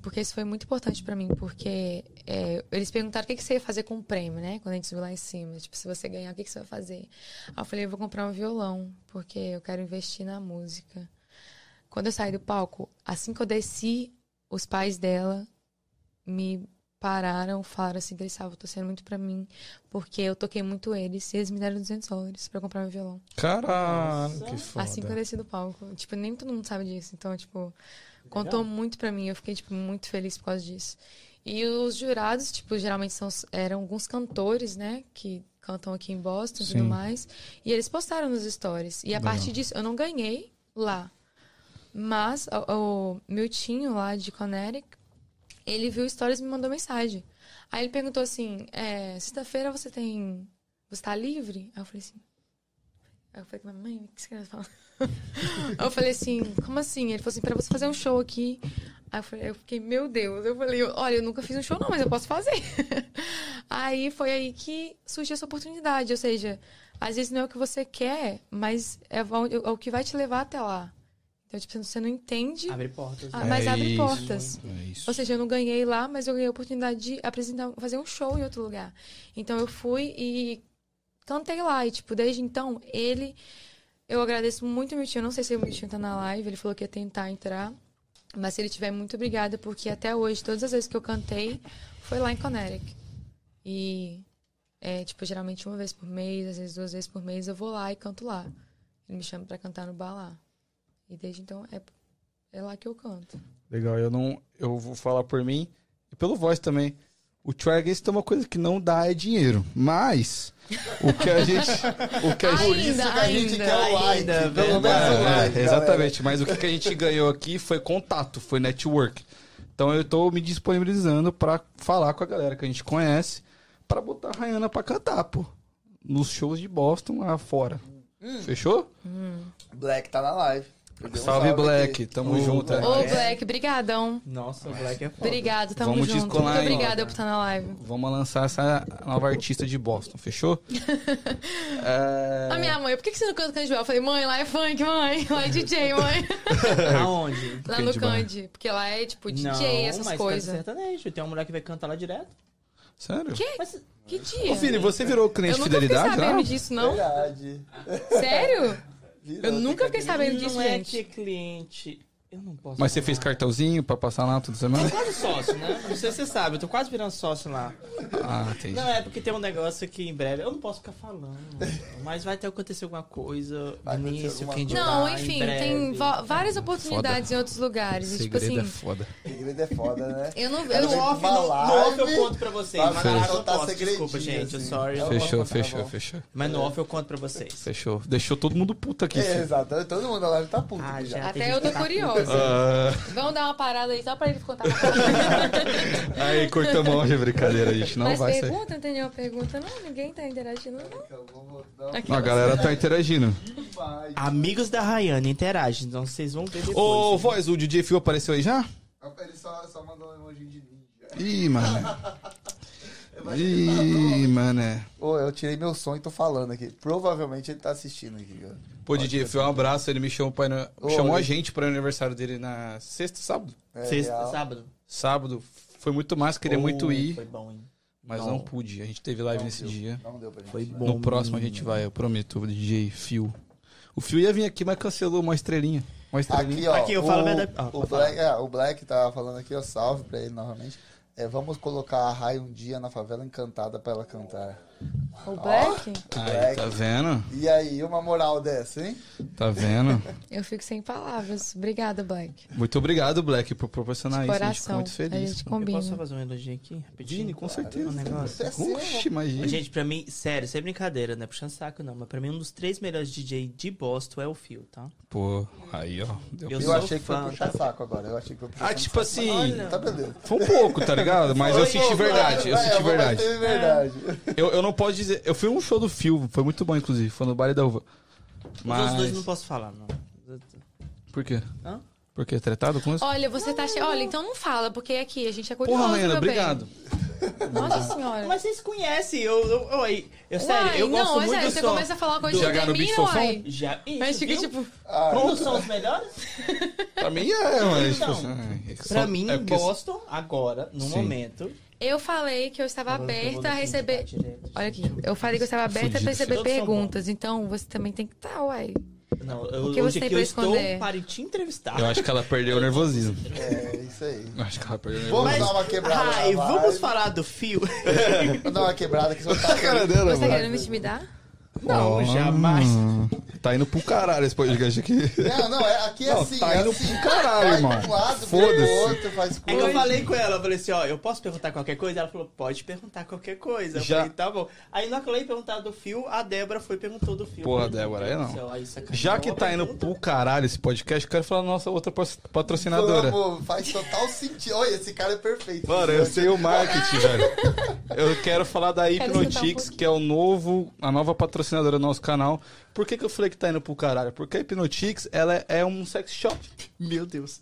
Porque isso foi muito importante pra mim, porque é, eles perguntaram o que, que você ia fazer com o prêmio, né? Quando a gente subiu lá em cima. Tipo, se você ganhar, o que, que você vai fazer? Aí eu falei, eu vou comprar um violão, porque eu quero investir na música. Quando eu saí do palco, assim que eu desci, os pais dela me pararam, falaram assim que eles estavam torcendo muito pra mim, porque eu toquei muito eles e eles me deram 200 dólares pra comprar meu violão.
Caralho, que foda.
Assim que eu desci do palco. Tipo, nem todo mundo sabe disso. Então, tipo, contou muito pra mim. Eu fiquei, tipo, muito feliz por causa disso. E os jurados, tipo, geralmente são, eram alguns cantores, né? Que cantam aqui em Boston e tudo
Sim.
mais. E eles postaram nos stories. E a
Legal.
partir disso, eu não ganhei lá. Mas o, o meu tinho lá de Connecticut, ele viu stories e me mandou mensagem. Aí ele perguntou assim, é, sexta-feira você tem... Você tá livre? Aí eu falei assim... Aí eu falei com a minha mãe, o que você quer falar? (laughs) Aí eu falei assim, como assim? Ele falou assim, pra você fazer um show aqui. Aí eu, falei- eu fiquei, meu Deus. Eu falei, olha, eu nunca fiz um show não, mas eu posso fazer. (laughs) aí foi aí que surgiu essa oportunidade. Ou seja, às vezes não é o que você quer, mas é, o- é o que vai te levar até lá. Então, tipo, você não entende,
Abre portas.
ah,
né?
mas
É
abre
isso.
portas.
É isso.
Ou seja, eu não ganhei lá, mas eu ganhei a oportunidade de apresentar, fazer um show em outro lugar. Então eu fui e cantei lá. E, tipo, desde então, ele. Eu agradeço muito o meu tio. Não sei se o meu tio tá na live, ele falou que ia tentar entrar. Mas se ele tiver, muito obrigada, porque até hoje, todas as vezes que eu cantei, foi lá em Connecticut. E é, tipo, geralmente uma vez por mês, às vezes duas vezes por mês, eu vou lá e canto lá. Ele me chama pra cantar no bar lá. E desde então é, é lá que eu canto.
Legal, eu não. Eu vou falar por mim e pelo voz também. O Triagates tem uma coisa que não dá é dinheiro. Mas o que a gente. O que a
Ai,
gente.
Por isso que a gente
ainda,
quer o like.
ainda,
pelo
verdade.
menos o
É, é,
like. galera.
exatamente, mas o que que a gente ganhou aqui foi contato, foi network. Então eu tô me disponibilizando pra falar com a galera que a gente conhece pra botar a Rayana pra cantar, pô. Nos shows de Boston lá fora. Fechou?
Black tá na live. Eu dei um
Salve,
aqui.
Black. Tamo
Ô,
junto.
Black.
Ô,
É.
Black, brigadão.
Nossa, o Black é foda.
Obrigado, tamo
Vamos
junto.
descolar,
Muito
hein?
obrigada por estar na live.
Vamos lançar essa nova artista de Boston, fechou?
A minha mãe, por que que você não canta Candy Bell? Eu falei, mãe, lá é funk, mãe. (laughs) Lá é DJ, mãe.
(laughs) Aonde?
Lá no
Candy Bar.
Candy. Porque lá é, tipo, DJ, essas
mas tá canta
coisas.
sertanejo. Tem uma mulher que vai cantar lá direto.
Sério?
É,
Mas
Que
Ô,
dia?
Vini, você virou cliente
eu
de
nunca fiquei
fidelidade lá?
sabendo disso,
(laughs)
não?
Verdade.
Sério?
Virou,
Eu
tem
nunca fiquei sabendo disso,
não é
gente.
que cliente... Eu não posso
Mas você
falar.
fez cartãozinho pra passar lá toda
(laughs)
semana?
Quase sócio, né? Não sei se você sabe, eu tô quase virando sócio lá.
Ah, tem.
Não, é porque tem um negócio que em breve. Eu não posso ficar
(laughs)
falando. Mas vai ter acontecer alguma coisa.
Vai acontecer
Início,
alguma
quem
coisa.
Não,
dirá, em
enfim,
breve.
tem va- várias oportunidades em outros lugares. E, tipo assim,
Segredo é foda.
Segredo é foda,
(laughs)
né?
eu não.
Ela
Eu
vem
não
Off, É no, no off eu conto pra vocês.
Tá
Mas na live eu não
soltar
posso, desculpa,
segredinho,
gente.
assim. é.
Sorry.
Eu
Fechou,
posso contar,
fechou,
não.
fechou.
Mas no off eu conto pra vocês.
Fechou. Deixou todo mundo puto aqui.
É,
filho.
exato. Todo mundo na live tá puto.
Ah,
aqui
já.
já.
Tem gente
Até eu tô
que
(laughs)
tá
curiosa.
Ah,
Vamos dar uma parada aí só pra ele contar.
aí, cortamos hoje a brincadeira, a gente não
Mas
vai sair.
pergunta, não tem nenhuma pergunta, não? Ninguém tá interagindo, não.
Eu vou um dar um
Não, a galera tá interagindo.
demais.
Amigos da Rayane, interagem. Então vocês vão ver depois.
Ô, voz, o DJ Phil apareceu aí já?
Ah, Ele só, só mandou um emoji de ninja.
Ih, mano. Ih, mané.
Ô, eu tirei meu som e tô falando aqui. Provavelmente ele tá assistindo aqui, cara.
Pô, DJ Phil, um abraço. Ele me chamou, pra,
Ô,
chamou a
Oi.
gente para o aniversário dele na sexta, sábado.
É
Sexta,
real.
sábado.
Sábado. Foi muito massa, queria
Oh,
muito ir,
Foi bom, hein?
mas
Não.
não pude. A gente teve live
Não
nesse
deu,
dia.
Não deu pra gente.
Foi
né?
bom.
No próximo a gente vai, eu prometo, o DJ Phil. O Phil ia vir aqui, mas cancelou uma estrelinha. Uma estrelinha.
Aqui, ó.
Aqui, eu
o,
falo verdade- ah,
o,
pode falar.
Black, é, o Black tava falando aqui, ó. Salve pra ele novamente. É, vamos colocar a Rai um dia na favela encantada pra ela cantar.
O Black?
Aí, tá vendo?
E aí, uma moral dessa, hein?
Tá vendo?
Eu fico sem palavras. Obrigada, Black.
Muito obrigado, Black, por proporcionar
De
isso. A gente ficou
coração.
muito
a
feliz.
gente
Eu
combina.
posso só fazer um elogio aqui? Rapidinho?
Vini, com certeza.
Um negócio.
Isso é seu,
Oxe, imagina.
Gente, pra mim, sério, sem brincadeira, não é puxando saco não, mas pra mim um dos três melhores DJ de Boston é o Phil, tá?
Pô, aí, ó. Deu
Eu
Eu,
sou
achei que foi
fã,
puxar
tá?
saco agora. Eu achei que foi puxar
Ah,
saco.
tipo assim,
Tá beleza.
foi um pouco, tá ligado? Mas eu senti verdade, eu
É,
senti
vou
verdade.
bater verdade.
Eu, eu não posso dizer. Eu fui um show do Phil, foi muito bom, inclusive. Foi no Baile da Uva.
Os outros dois não
Mas.
posso falar, não.
Por quê?
Hã?
Por quê? Tretado com isso?
Olha, você tá. che- Olha, então não fala, porque aqui a gente é curioso.
Porra, Helena,
meu bem.
obrigado.
Nossa senhora.
Mas vocês conhecem, eu, eu, eu, eu, eu sério,
Uai,
eu gosto
não, é
muito
sério,
do
você
som.
começa a falar coisa
do-
que
Jogar no bicho
termina,
fofão?
uai.
Já, isso,
Mas fica
viu?
tipo,
Não são os melhores?
Pra mim é, mas.
Então,
tipo assim, é que
Pra
só-
mim,
é porque-
Boston, agora, no
Sim.
momento...
eu falei que eu estava
Agora eu vou
aberta a
dar
receber.
sindicato direto,
Olha aqui,
gente.
eu falei que eu estava aberta
Fudido.
pra receber
Todos são
perguntas, então você também tem que estar, uai.
Não, eu,
O que
hoje
você tem
aqui
pra
eu estou
esconder?
para te entrevistar.
Eu acho que ela perdeu o nervosismo.
É, isso aí.
Eu acho que ela perdeu o nervosismo.
Vamos
Mas-
dar uma quebrada.
Ai,
na
vamos
vibe.
falar do fio? (laughs)
Vamos dar uma quebrada que só
(laughs)
tá.
dela,
Você tá querendo me intimidar?
Não, jamais.
Tá indo pro caralho esse podcast aqui.
Não, não, é, aqui é
Não,
assim.
tá
é
indo
assim.
pro caralho,
Vai
mano.
de um lado,
Foda-se.
pro outro, faz
É que eu
coisa.
falei com ela, eu falei assim, ó, eu posso perguntar qualquer coisa? Ela falou, pode perguntar qualquer coisa. Eu
Já-
falei, tá bom. Aí na hora que ela ia perguntar do fio, a Débora foi e perguntou do fio.
Porra,
Eu falei,
Débora,
meu
aí
Deus
não.
do céu, aí sacaneou
Já que
a
tá indo
pergunta.
pro caralho esse podcast, eu quero falar da nossa outra patrocinadora.
Vamos, faz total sentido. Olha, esse cara é perfeito.
Mano, eu sei o marketing, velho. Eu quero falar da
escutar um
Hipnotix,
pouquinho.
que é o novo, a nova patrocinadora do nosso canal. Por que, que eu falei que tá indo pro caralho? Porque a Hipnotix, ela é um sex shop.
Meu Deus.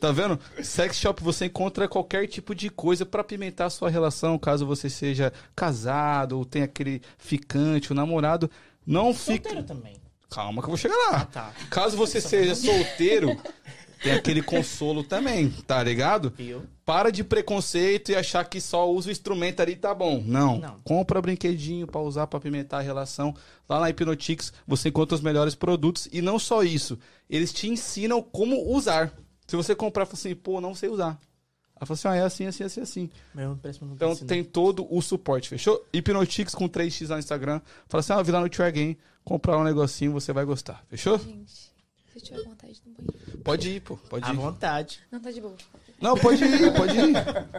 Tá vendo? Sex shop você encontra qualquer tipo de coisa pra pimentar a sua relação, caso você seja casado ou tenha aquele ficante, o namorado. Não fica.
Solteiro também.
Calma que eu vou chegar lá.
Ah, tá. um
Caso você seja solteiro,
(laughs)
tem aquele consolo também, tá ligado?
Fio.
Para de preconceito e achar que só usa o instrumento ali e tá bom. Não.
Não.
Compra brinquedinho pra usar pra pimentar a relação. Lá na Hipnotix você encontra os melhores produtos e não só isso. Eles te ensinam como usar. Se você comprar, fala assim, pô, não sei usar. Ela fala assim, ah, é assim, assim, assim, assim.
Meu, parece que não tá
Então
ensinou.
tem todo o suporte, fechou? Hipnotix com 3x lá no Instagram. Fala assim, ah, eu vi lá no Tio Game, comprar um negocinho, você vai gostar, fechou?
Gente, se eu tiver vontade do banheiro.
Pode ir, pô, pode
À
Ah,
ir.
vontade.
Não, tá de boa.
Não, pode ir, pode ir.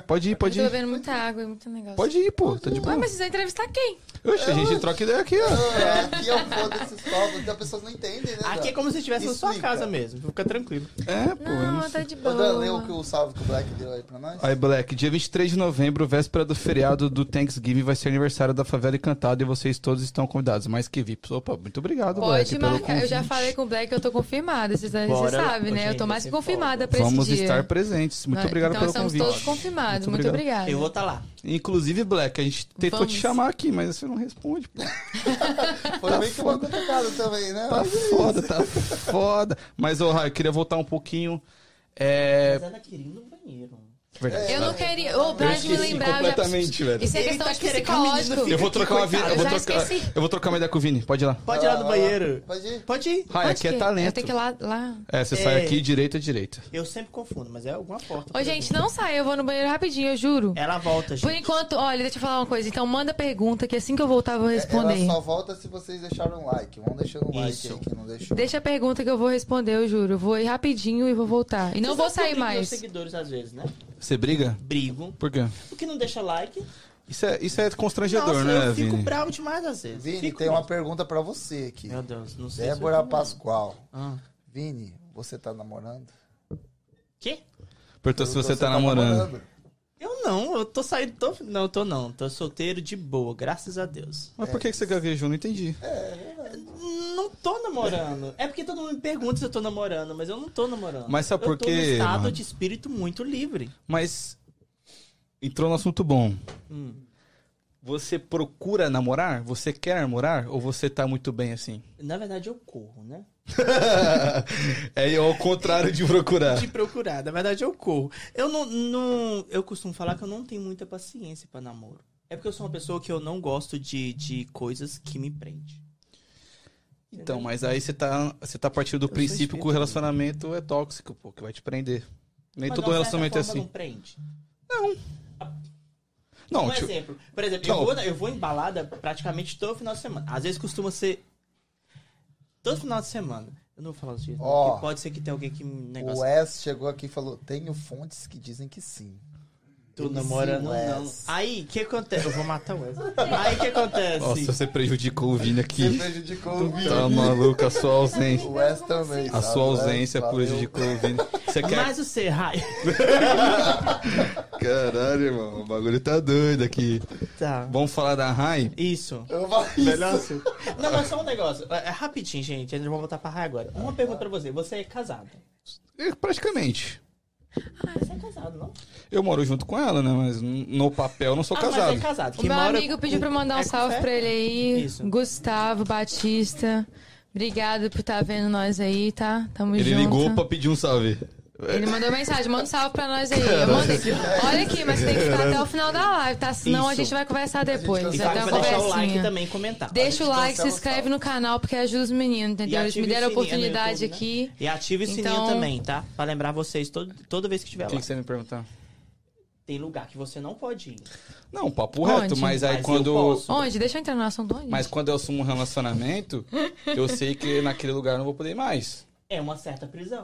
Pode ir, pode
eu tô
ir.
bebendo muita água e muito negócio.
Pode ir, pô, tá de
Ué,
boa.
mas vocês vão entrevistar quem?
Oxe, a gente troca ideia aqui, ó.
Ah, Aqui é o foda-se só, porque então as pessoas não entendem, né?
Aqui é como se estivesse na sua
Explica.
casa mesmo. Fica tranquilo.
É, pô. eu
Não,
não sei.
tá de boa.
Quando leu o que o salve que o Black deu aí pra nós.
Aí, Black, dia 23 de novembro, véspera do feriado do Thanksgiving, vai ser aniversário da Favela Encantada e vocês todos estão convidados. Mais que VIPs. Opa, muito obrigado, Black,
Pode
pelo
marcar. Eu já
convite.
falei com o Black que eu tô confirmada. Vocês
Bora
você
lá.
sabem, né? Eu tô
Gente,
mais
você
que confirmada pra
Vamos
esse dia.
estar presentes. Muito
Vai,
obrigado
então,
pelo
estamos
convite.
todos confirmados.
Muito
Muito, obrigada.
Eu vou estar lá.
Inclusive, Black, a gente tentou
Vamos.
te chamar aqui, mas você não responde, pô.
Foi
tá
meio que uma complicada também, né?
Ah,
Tá foda, tá foda. Mas, ô, Raio, eu queria voltar um pouquinho. É.
Mas ela querendo um banheiro.
Verdade.
Eu não queria. Ô, pra de me
esqueci
lembrar. já-
completamente, velho.
Isso é
Ele
questão
tá
de
querendo que a menina
psicológico.
fique-
Eu vou trocar uma vida.
coitada,
Eu vou
eu já
trocar,
esqueci.
eu vou trocar uma ideia com o Vini. Pode ir lá.
Pode ir lá no banheiro.
Pode ir?
Pode ir.
Raio,
Pode
aqui
quê?
é talento.
Eu tenho que ir lá. lá.
É, você
É.
sai aqui direita à direita.
Eu sempre confundo, mas é alguma porta.
Ô,
por
gente,
exemplo.
não saia. Eu vou no banheiro rapidinho, eu juro.
Ela volta, gente.
Por enquanto, olha, deixa eu falar uma coisa. Então, manda pergunta que assim que eu voltar, eu vou responder.
É, Ela só volta se vocês deixaram um like. Vão deixando um like
Isso.
aí quem não deixou.
Deixa a pergunta que eu vou responder, eu juro. Eu vou ir rapidinho e vou voltar. E não
Vocês
vou
sabem que eu
sair
brigo com os
mais.
seguidores às vezes, né?
Você briga?
Brigo.
Por quê?
Porque não deixa like.
Isso é, isso é constrangedor,
Nossa,
né,
eu fico
Vini?
bravo demais às vezes.
Vini,
Fico
tem
mesmo.
uma pergunta pra você aqui.
Meu Deus, é não sei. se eu
Débora
tenho-
Pascoal.
Ah.
Vini, você tá namorando?
Quê?
Perguntou se você tá namorando.
Eu não, eu tô saindo. Tô... Não, eu tô não. Tô solteiro de boa, graças a Deus.
Mas por que que você gaguejou? Não entendi.
Não tô namorando. É porque todo mundo me pergunta se eu tô namorando, mas eu não tô namorando.
Mas sabe por
eu tô
quê,
num estado
mano?
de espírito muito livre.
Mas entrou no assunto bom.
Hum.
Você procura namorar? Você quer namorar? Ou você tá muito bem assim?
Na verdade, eu corro, né?
(laughs) é ao contrário de procurar.
de procurar. Na verdade, eu corro. Eu não, não- Eu costumo falar que eu não tenho muita paciência pra namoro. É porque eu sou uma pessoa que eu não gosto de, de coisas que me prende.
Então, mas aí você tá, você tá partindo do
sou
princípio que o
espírito.
relacionamento é tóxico, pô, que vai te prender. Nem
Mas, de
todo
uma
relacionamento é
certa forma,
assim.
Não prende.
Não,
um
tipo,
exemplo. Por exemplo, eu
Não.
vou, eu vou em balada praticamente todo final de semana. Às vezes costuma ser. Todo final de semana. Eu não vou falar os dias. não,
Ó.
porque pode ser que tenha alguém que me
O
negócio.
Wes chegou aqui e falou: tenho fontes que dizem que sim.
Tu namorando,
Wes.
não. Aí, o que acontece? Eu vou matar o Wes. Aí, o que acontece?
nossa, você prejudicou o Vini
é
Você
aqui.
prejudicou o Vini.
Tá maluco, a sua ausência.
O Wes
A
também. sabe? né?
sua
O Wes
ausência
valeu.
prejudicou o Vini. Você quer.
Mas você, raio.
Caralho, irmão, o bagulho tá doido aqui.
(laughs) Tá.
Vamos falar da Rai?
Isso.
Eu falei isso.
Melhor assim. Não, mas só um negócio. É é rapidinho, gente. A gente vai voltar pra raio agora. Uma pergunta pra você. Você é casado.
Praticamente.
Ah, você é casado, não?
Eu moro junto com ela, né? Mas n- no papel eu não sou
ah,
casado.
mas é casado.
O meu
mora
amigo
com-
pediu pra eu mandar um
é com
salve
fé?
pra ele aí.
Isso.
Gustavo Batista. Obrigado por estar vendo nós aí, tá? Tamo
Ele
junto.
ligou pra pedir um salve.
Ele mandou mensagem, manda um salve pra nós aí. Eu mandei. Olha aqui, mas tem que ficar até o final da live, tá? Senão a
Isso.
gente vai conversar depois.
cancela.
E
Vai
vai
ter uma
pra deixar o like
conversinha.
também e comentar.
Deixa o
gente
like, se
cancela o
inscreve
salve.
no canal, porque ajuda os meninos, entendeu?
E
Eles
ativa
me deram a
o sininho, é no
oportunidade
YouTube, né?
aqui.
E ative o sininho
Então-
também, tá? Pra lembrar vocês todo, toda vez que tiver
O
lá.
que, que você me perguntar?
Tem lugar que você não pode ir.
Não, papo
Onde?
reto, mas aí
Mas eu
quando.
posso.
Onde? Deixa eu entrar no assunto onde?
Mas quando eu assumo um relacionamento, eu sei que naquele lugar eu não vou poder ir mais.
É uma certa prisão.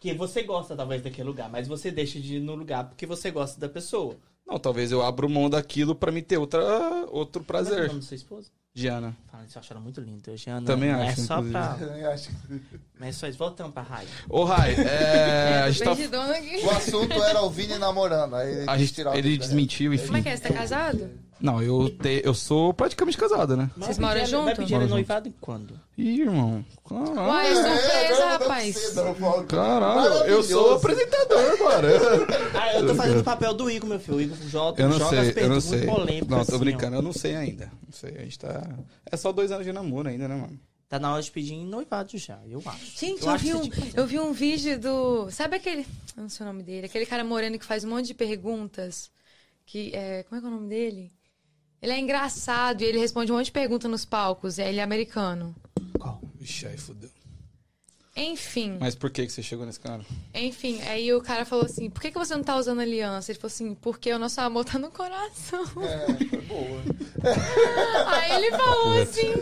Que você gosta, talvez, daquele lugar, mas você deixa de ir no lugar porque você gosta da pessoa.
Não, talvez eu abra mão daquilo pra me ter outra, outro
Como é o
prazer.
nome da sua esposa?
Diana.
Fala, isso eu acho ela muito linda. Jeana,
Também
não
acho,
É só
inclusive.
pra...
Eu acho que-
(laughs)
(laughs)
Mas é só isso. Voltando pra raia.
Ô, Rai, é, a gente tá.
Perdidona aqui.
O assunto era o Vini namorando. Aí ele
A
quis
gente,
tirar o
ele
Vini da reta.
desmentiu,
Como é
enfim.
que é? Você tá casado?
Não, eu, te, eu sou praticamente casado, né?
Mas
Vocês moram
vai pedir- Vai
junto?
pedir ele
Moram
noivado quando?
Ih, irmão. Caralho.
Uai, é surpresa,
agora eu não
rapaz.
sei, não, Paulo.
Caralho, eu sou
Maravilhoso.
apresentador, mano.
Ah, eu tô fazendo o papel do Igor, meu filho. O Igor joga,
Eu não
joga
sei,
as
eu não
perguntas
sei.
muito polêmicas.
Não,
assim,
tô
ó.
brincando, eu não sei ainda. Não sei, a gente tá. É só dois anos de namoro ainda, né, mano?
Tá na hora de pedir em noivado já, eu acho.
Gente,
eu
eu,
acho que
vi
você
um,
tinha que fazer.
eu vi um vídeo do. Sabe aquele. Eu não sei o nome dele. Aquele cara moreno que faz um monte de perguntas. Que, é, como é que é o nome dele? Ele é engraçado e ele responde um monte de perguntas nos palcos. Ele é americano.
Qual? Vixe, aí fudeu.
Enfim,
Mas por que, que você chegou nesse cara?
enfim. Aí o cara falou assim: por que, que você não tá usando aliança? Ele falou assim: porque o nosso amor tá no coração.
É, foi boa.
(laughs) Aí ele falou assim,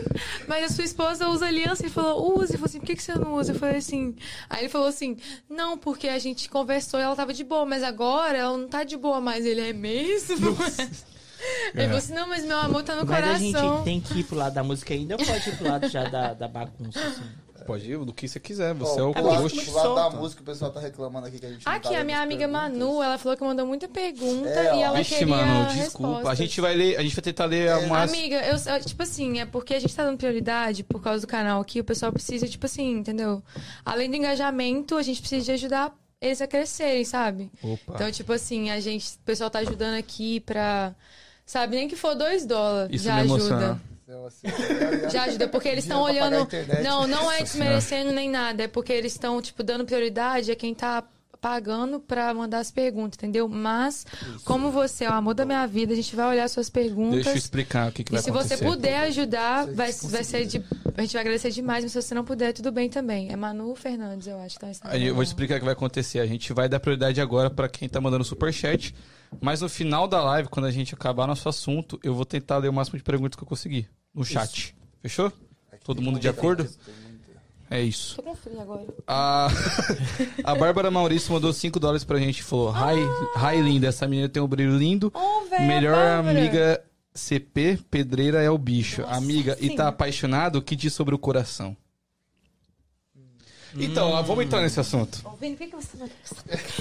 mas a sua esposa usa aliança. Ele falou, usa. Ele falou assim, por que, que você não usa? Eu falei assim. Aí ele falou assim, não, porque a gente conversou e ela tava de boa, mas agora ela não tá de boa mais. Ele é mesmo? (laughs) Ele falou assim, não, mas meu amor tá no
Mas a
coração.
gente tem que ir pro lado da música ainda ou pode ir pro lado já da, da bagunça, assim?
Pode ir do que você quiser, você é
Ó,
o
pro
porque
lado-
host.
fica muito
pro lado da
solto.
música, o pessoal tá reclamando aqui que a gente não tá
Aqui, a
lendo
minha
as
amiga
perguntas.
Manu, ela falou que mandou muita pergunta
É, ó.
e ela
Vixe,
queria
mano, desculpa. A
respostas.
gente vai ler, a gente vai tentar ler a mais.
Amiga, eu, eu- tipo assim, é porque a gente tá dando prioridade por causa do canal aqui, o pessoal precisa, tipo assim, entendeu? Além do engajamento, a gente precisa de ajudar eles a crescerem, sabe?
Opa.
Então, tipo assim, a gente, o pessoal tá ajudando aqui pra. Sabe, nem que for dois dólares,
Isso
já
me
ajuda.
emociona.
Então, assim, olha,
Já ajuda, porque eles estão
dinheiro pra pagar a
olhando.
internet. né?
Não, não é
Nossa
desmerecendo nem nada, é porque eles estão, tipo, dando prioridade a quem tá pagando pra mandar as perguntas, entendeu? Mas, como você é o amor da minha vida, a gente vai olhar suas perguntas.
Deixa eu explicar o que, que
E
vai
se
acontecer.
você puder ajudar,
Se
vai,
vocês
vai ser de. A gente vai agradecer demais, mas se você não puder, tudo bem também. É Manu Fernandes, eu acho. Tá,
Aí eu vou te explicar o que vai acontecer. A gente vai dar prioridade agora pra quem tá mandando superchat. Mas no final da live, quando a gente acabar nosso assunto, eu vou tentar ler o máximo de perguntas que eu conseguir no chat. Fechou?
né?
Todo mundo de acordo? É isso.
Tô com frio agora.
A, (laughs) a Bárbara Maurício mandou 5 dólares pra gente e falou: Hi, hi, linda, essa menina tem um brilho lindo.
Oh, velho, a
Melhor
Bárbara.
amiga CP, pedreira é o bicho. amiga, e tá
Senhora.
apaixonado? O que diz sobre o coração? Então, ó, vamos entrar nesse assunto.
Ô, Vini, por que, que você tá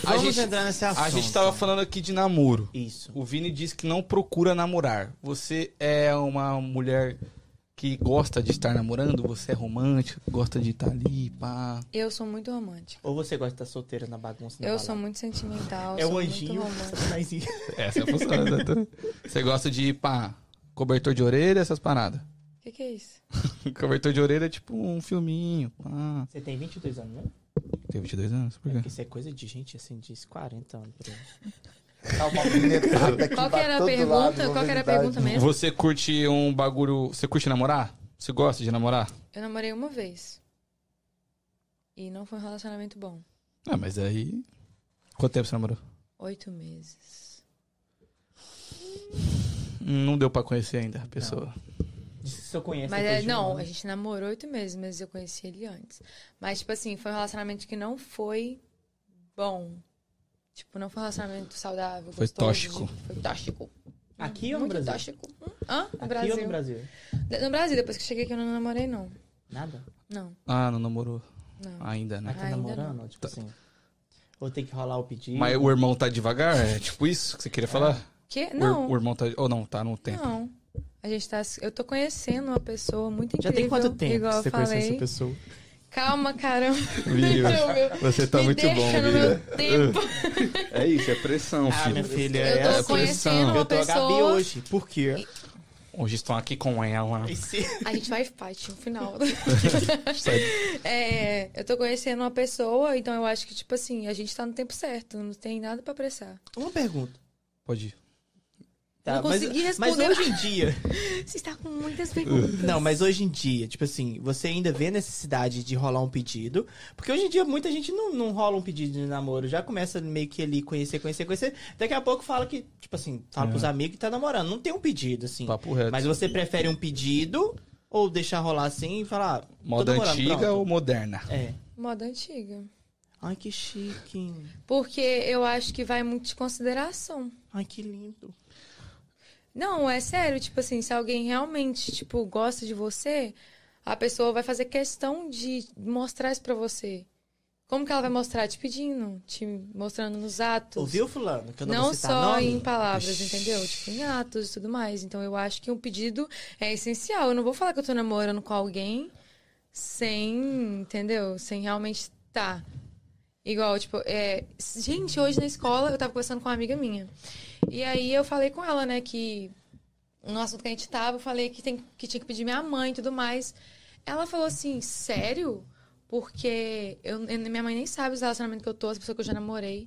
A
Vamos
gente,
entrar nesse assunto.
a gente tava falando aqui de namoro.
Isso.
O Vini disse que não procura namorar. Você é uma mulher que gosta de estar namorando? Você é romântico? Gosta de estar ali, pá?
Eu sou muito romântica.
Ou você gosta de estar solteira na bagunça? na
Eu
balada?
sou muito sentimental.
É
sou
o
muito
anjinho.
romântica.
Satanãzinho.
Essa é a função, exatamente. Você gosta de, pá, cobertor de orelha, essas paradas?
O que, que é isso?
(laughs) Cobertor de orelha é tipo um filminho, pá.
(laughs) Você tem 22 anos, né?
Tem 22 anos? Por
É
quê?
porque isso é coisa de gente, assim, de 40 anos. por aí.
Tá uma (laughs) alfinetada aqui
Qual que
pra
era a
todo
pergunta?
lado,
Qual que era a
novidade.
pergunta mesmo?
Você curte um bagulho... Você curte namorar? Você gosta de namorar?
Eu namorei uma vez. E não foi um relacionamento bom.
Ah, mas aí... Quanto tempo você namorou?
Oito meses.
Não deu pra conhecer ainda a pessoa.
Diz que só conhece
Mas
depois
é,
de um
não,
ano.
a gente namorou oito meses, mas eu conheci ele antes. Mas, tipo assim, foi um relacionamento que não foi bom. Tipo, não foi um relacionamento saudável.
Foi
gostoso,
tóxico.
de- Foi tóxico.
Aqui ou no
Muito
Brasil?
tóxico. Hum? Hã? No
Aqui
Brasil.
ou no Brasil?
De- No Brasil, depois que eu cheguei aqui, eu não namorei, não.
Nada?
Não,
Ah, não namorou
não.
ainda, né?
Mas tá
Ainda
namorando? Tipo assim. Ou tem que rolar o pedido.
Mas o irmão tá devagar? É tipo isso que você queria falar?
Que?
O ir-
Não.
O, irmão tá... Ou não, tá no tempo.
Não. A gente tá. Eu tô conhecendo uma pessoa muito
Já
incrível.
tem quanto tempo
Igual
que
eu
você conhece
falei.
essa pessoa?
Calma, caramba.
Viu?
Então, (laughs) meu-
Você tá
me
muito
deixa
bom,
no
Vira.
meu tempo.
É isso, é pressão,
Ah, minha
filho.
filha,
Eu
é
tô
assim.
pressão.
conhecendo
Eu
uma
tô a Gabi
pessoa.
hoje. Por quê?
Hoje estão aqui com ela.
Esse-
A gente vai fight no final.
Sério.
É, eu tô conhecendo uma pessoa, então eu acho que, tipo assim, a gente tá no tempo certo, não tem nada pra apressar.
Uma pergunta.
Pode ir.
Tá,
Não
mas-
consegui
mas
responder.
hoje em dia. (laughs)
Você está com muitas perguntas.
Não, mas hoje em dia, tipo assim, você ainda vê necessidade de rolar um pedido. Porque hoje em dia muita gente não, não rola um pedido de namoro. Já começa meio que ali conhecer, conhecer, conhecer. Daqui a pouco fala que, tipo assim, fala
É.
pros amigos que tá namorando. Não tem um pedido, assim.
Papo reto.
Mas você prefere um pedido ou deixar rolar assim e falar. "Tô
Moda
namorando,
antiga
pronto."
ou moderna?
É.
(laughs) Moda antiga.
Ai, que chique.
Porque eu acho que vai muito de consideração.
Ai, que lindo.
Não, é sério, tipo assim, se alguém realmente, tipo, gosta de você, a pessoa vai fazer questão de mostrar isso pra você. Como que ela vai mostrar? Te pedindo, te mostrando nos atos.
Ouviu, Fulano? Que eu não,
Não
vou citar
só
nome.
em palavras, entendeu? Tipo, em atos e tudo mais. Então eu acho que um pedido é essencial. Eu não vou falar que eu tô namorando com alguém sem, entendeu? Sem realmente estar. Igual, tipo, é... gente, hoje na escola eu tava conversando com uma amiga minha. E aí eu falei com ela, né, que no assunto que a gente tava, eu falei que, tem, que tinha que pedir minha mãe e tudo mais. Ela falou assim, sério? Porque eu, eu- minha mãe nem sabe os relacionamentos que eu tô, as pessoas que eu já namorei.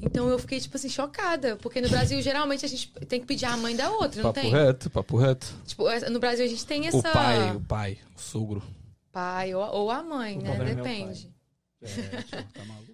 Então eu fiquei, tipo assim, chocada. Porque no Brasil, geralmente, a gente tem que pedir a mãe da outra, não
Papo
tem?
reto, papo reto.
Tipo, essa- no Brasil a gente tem essa.
O pai, o pai, o sogro.
Pai ou, ou a mãe,
O
né?
problema é o
Depende.
É, tá maluco.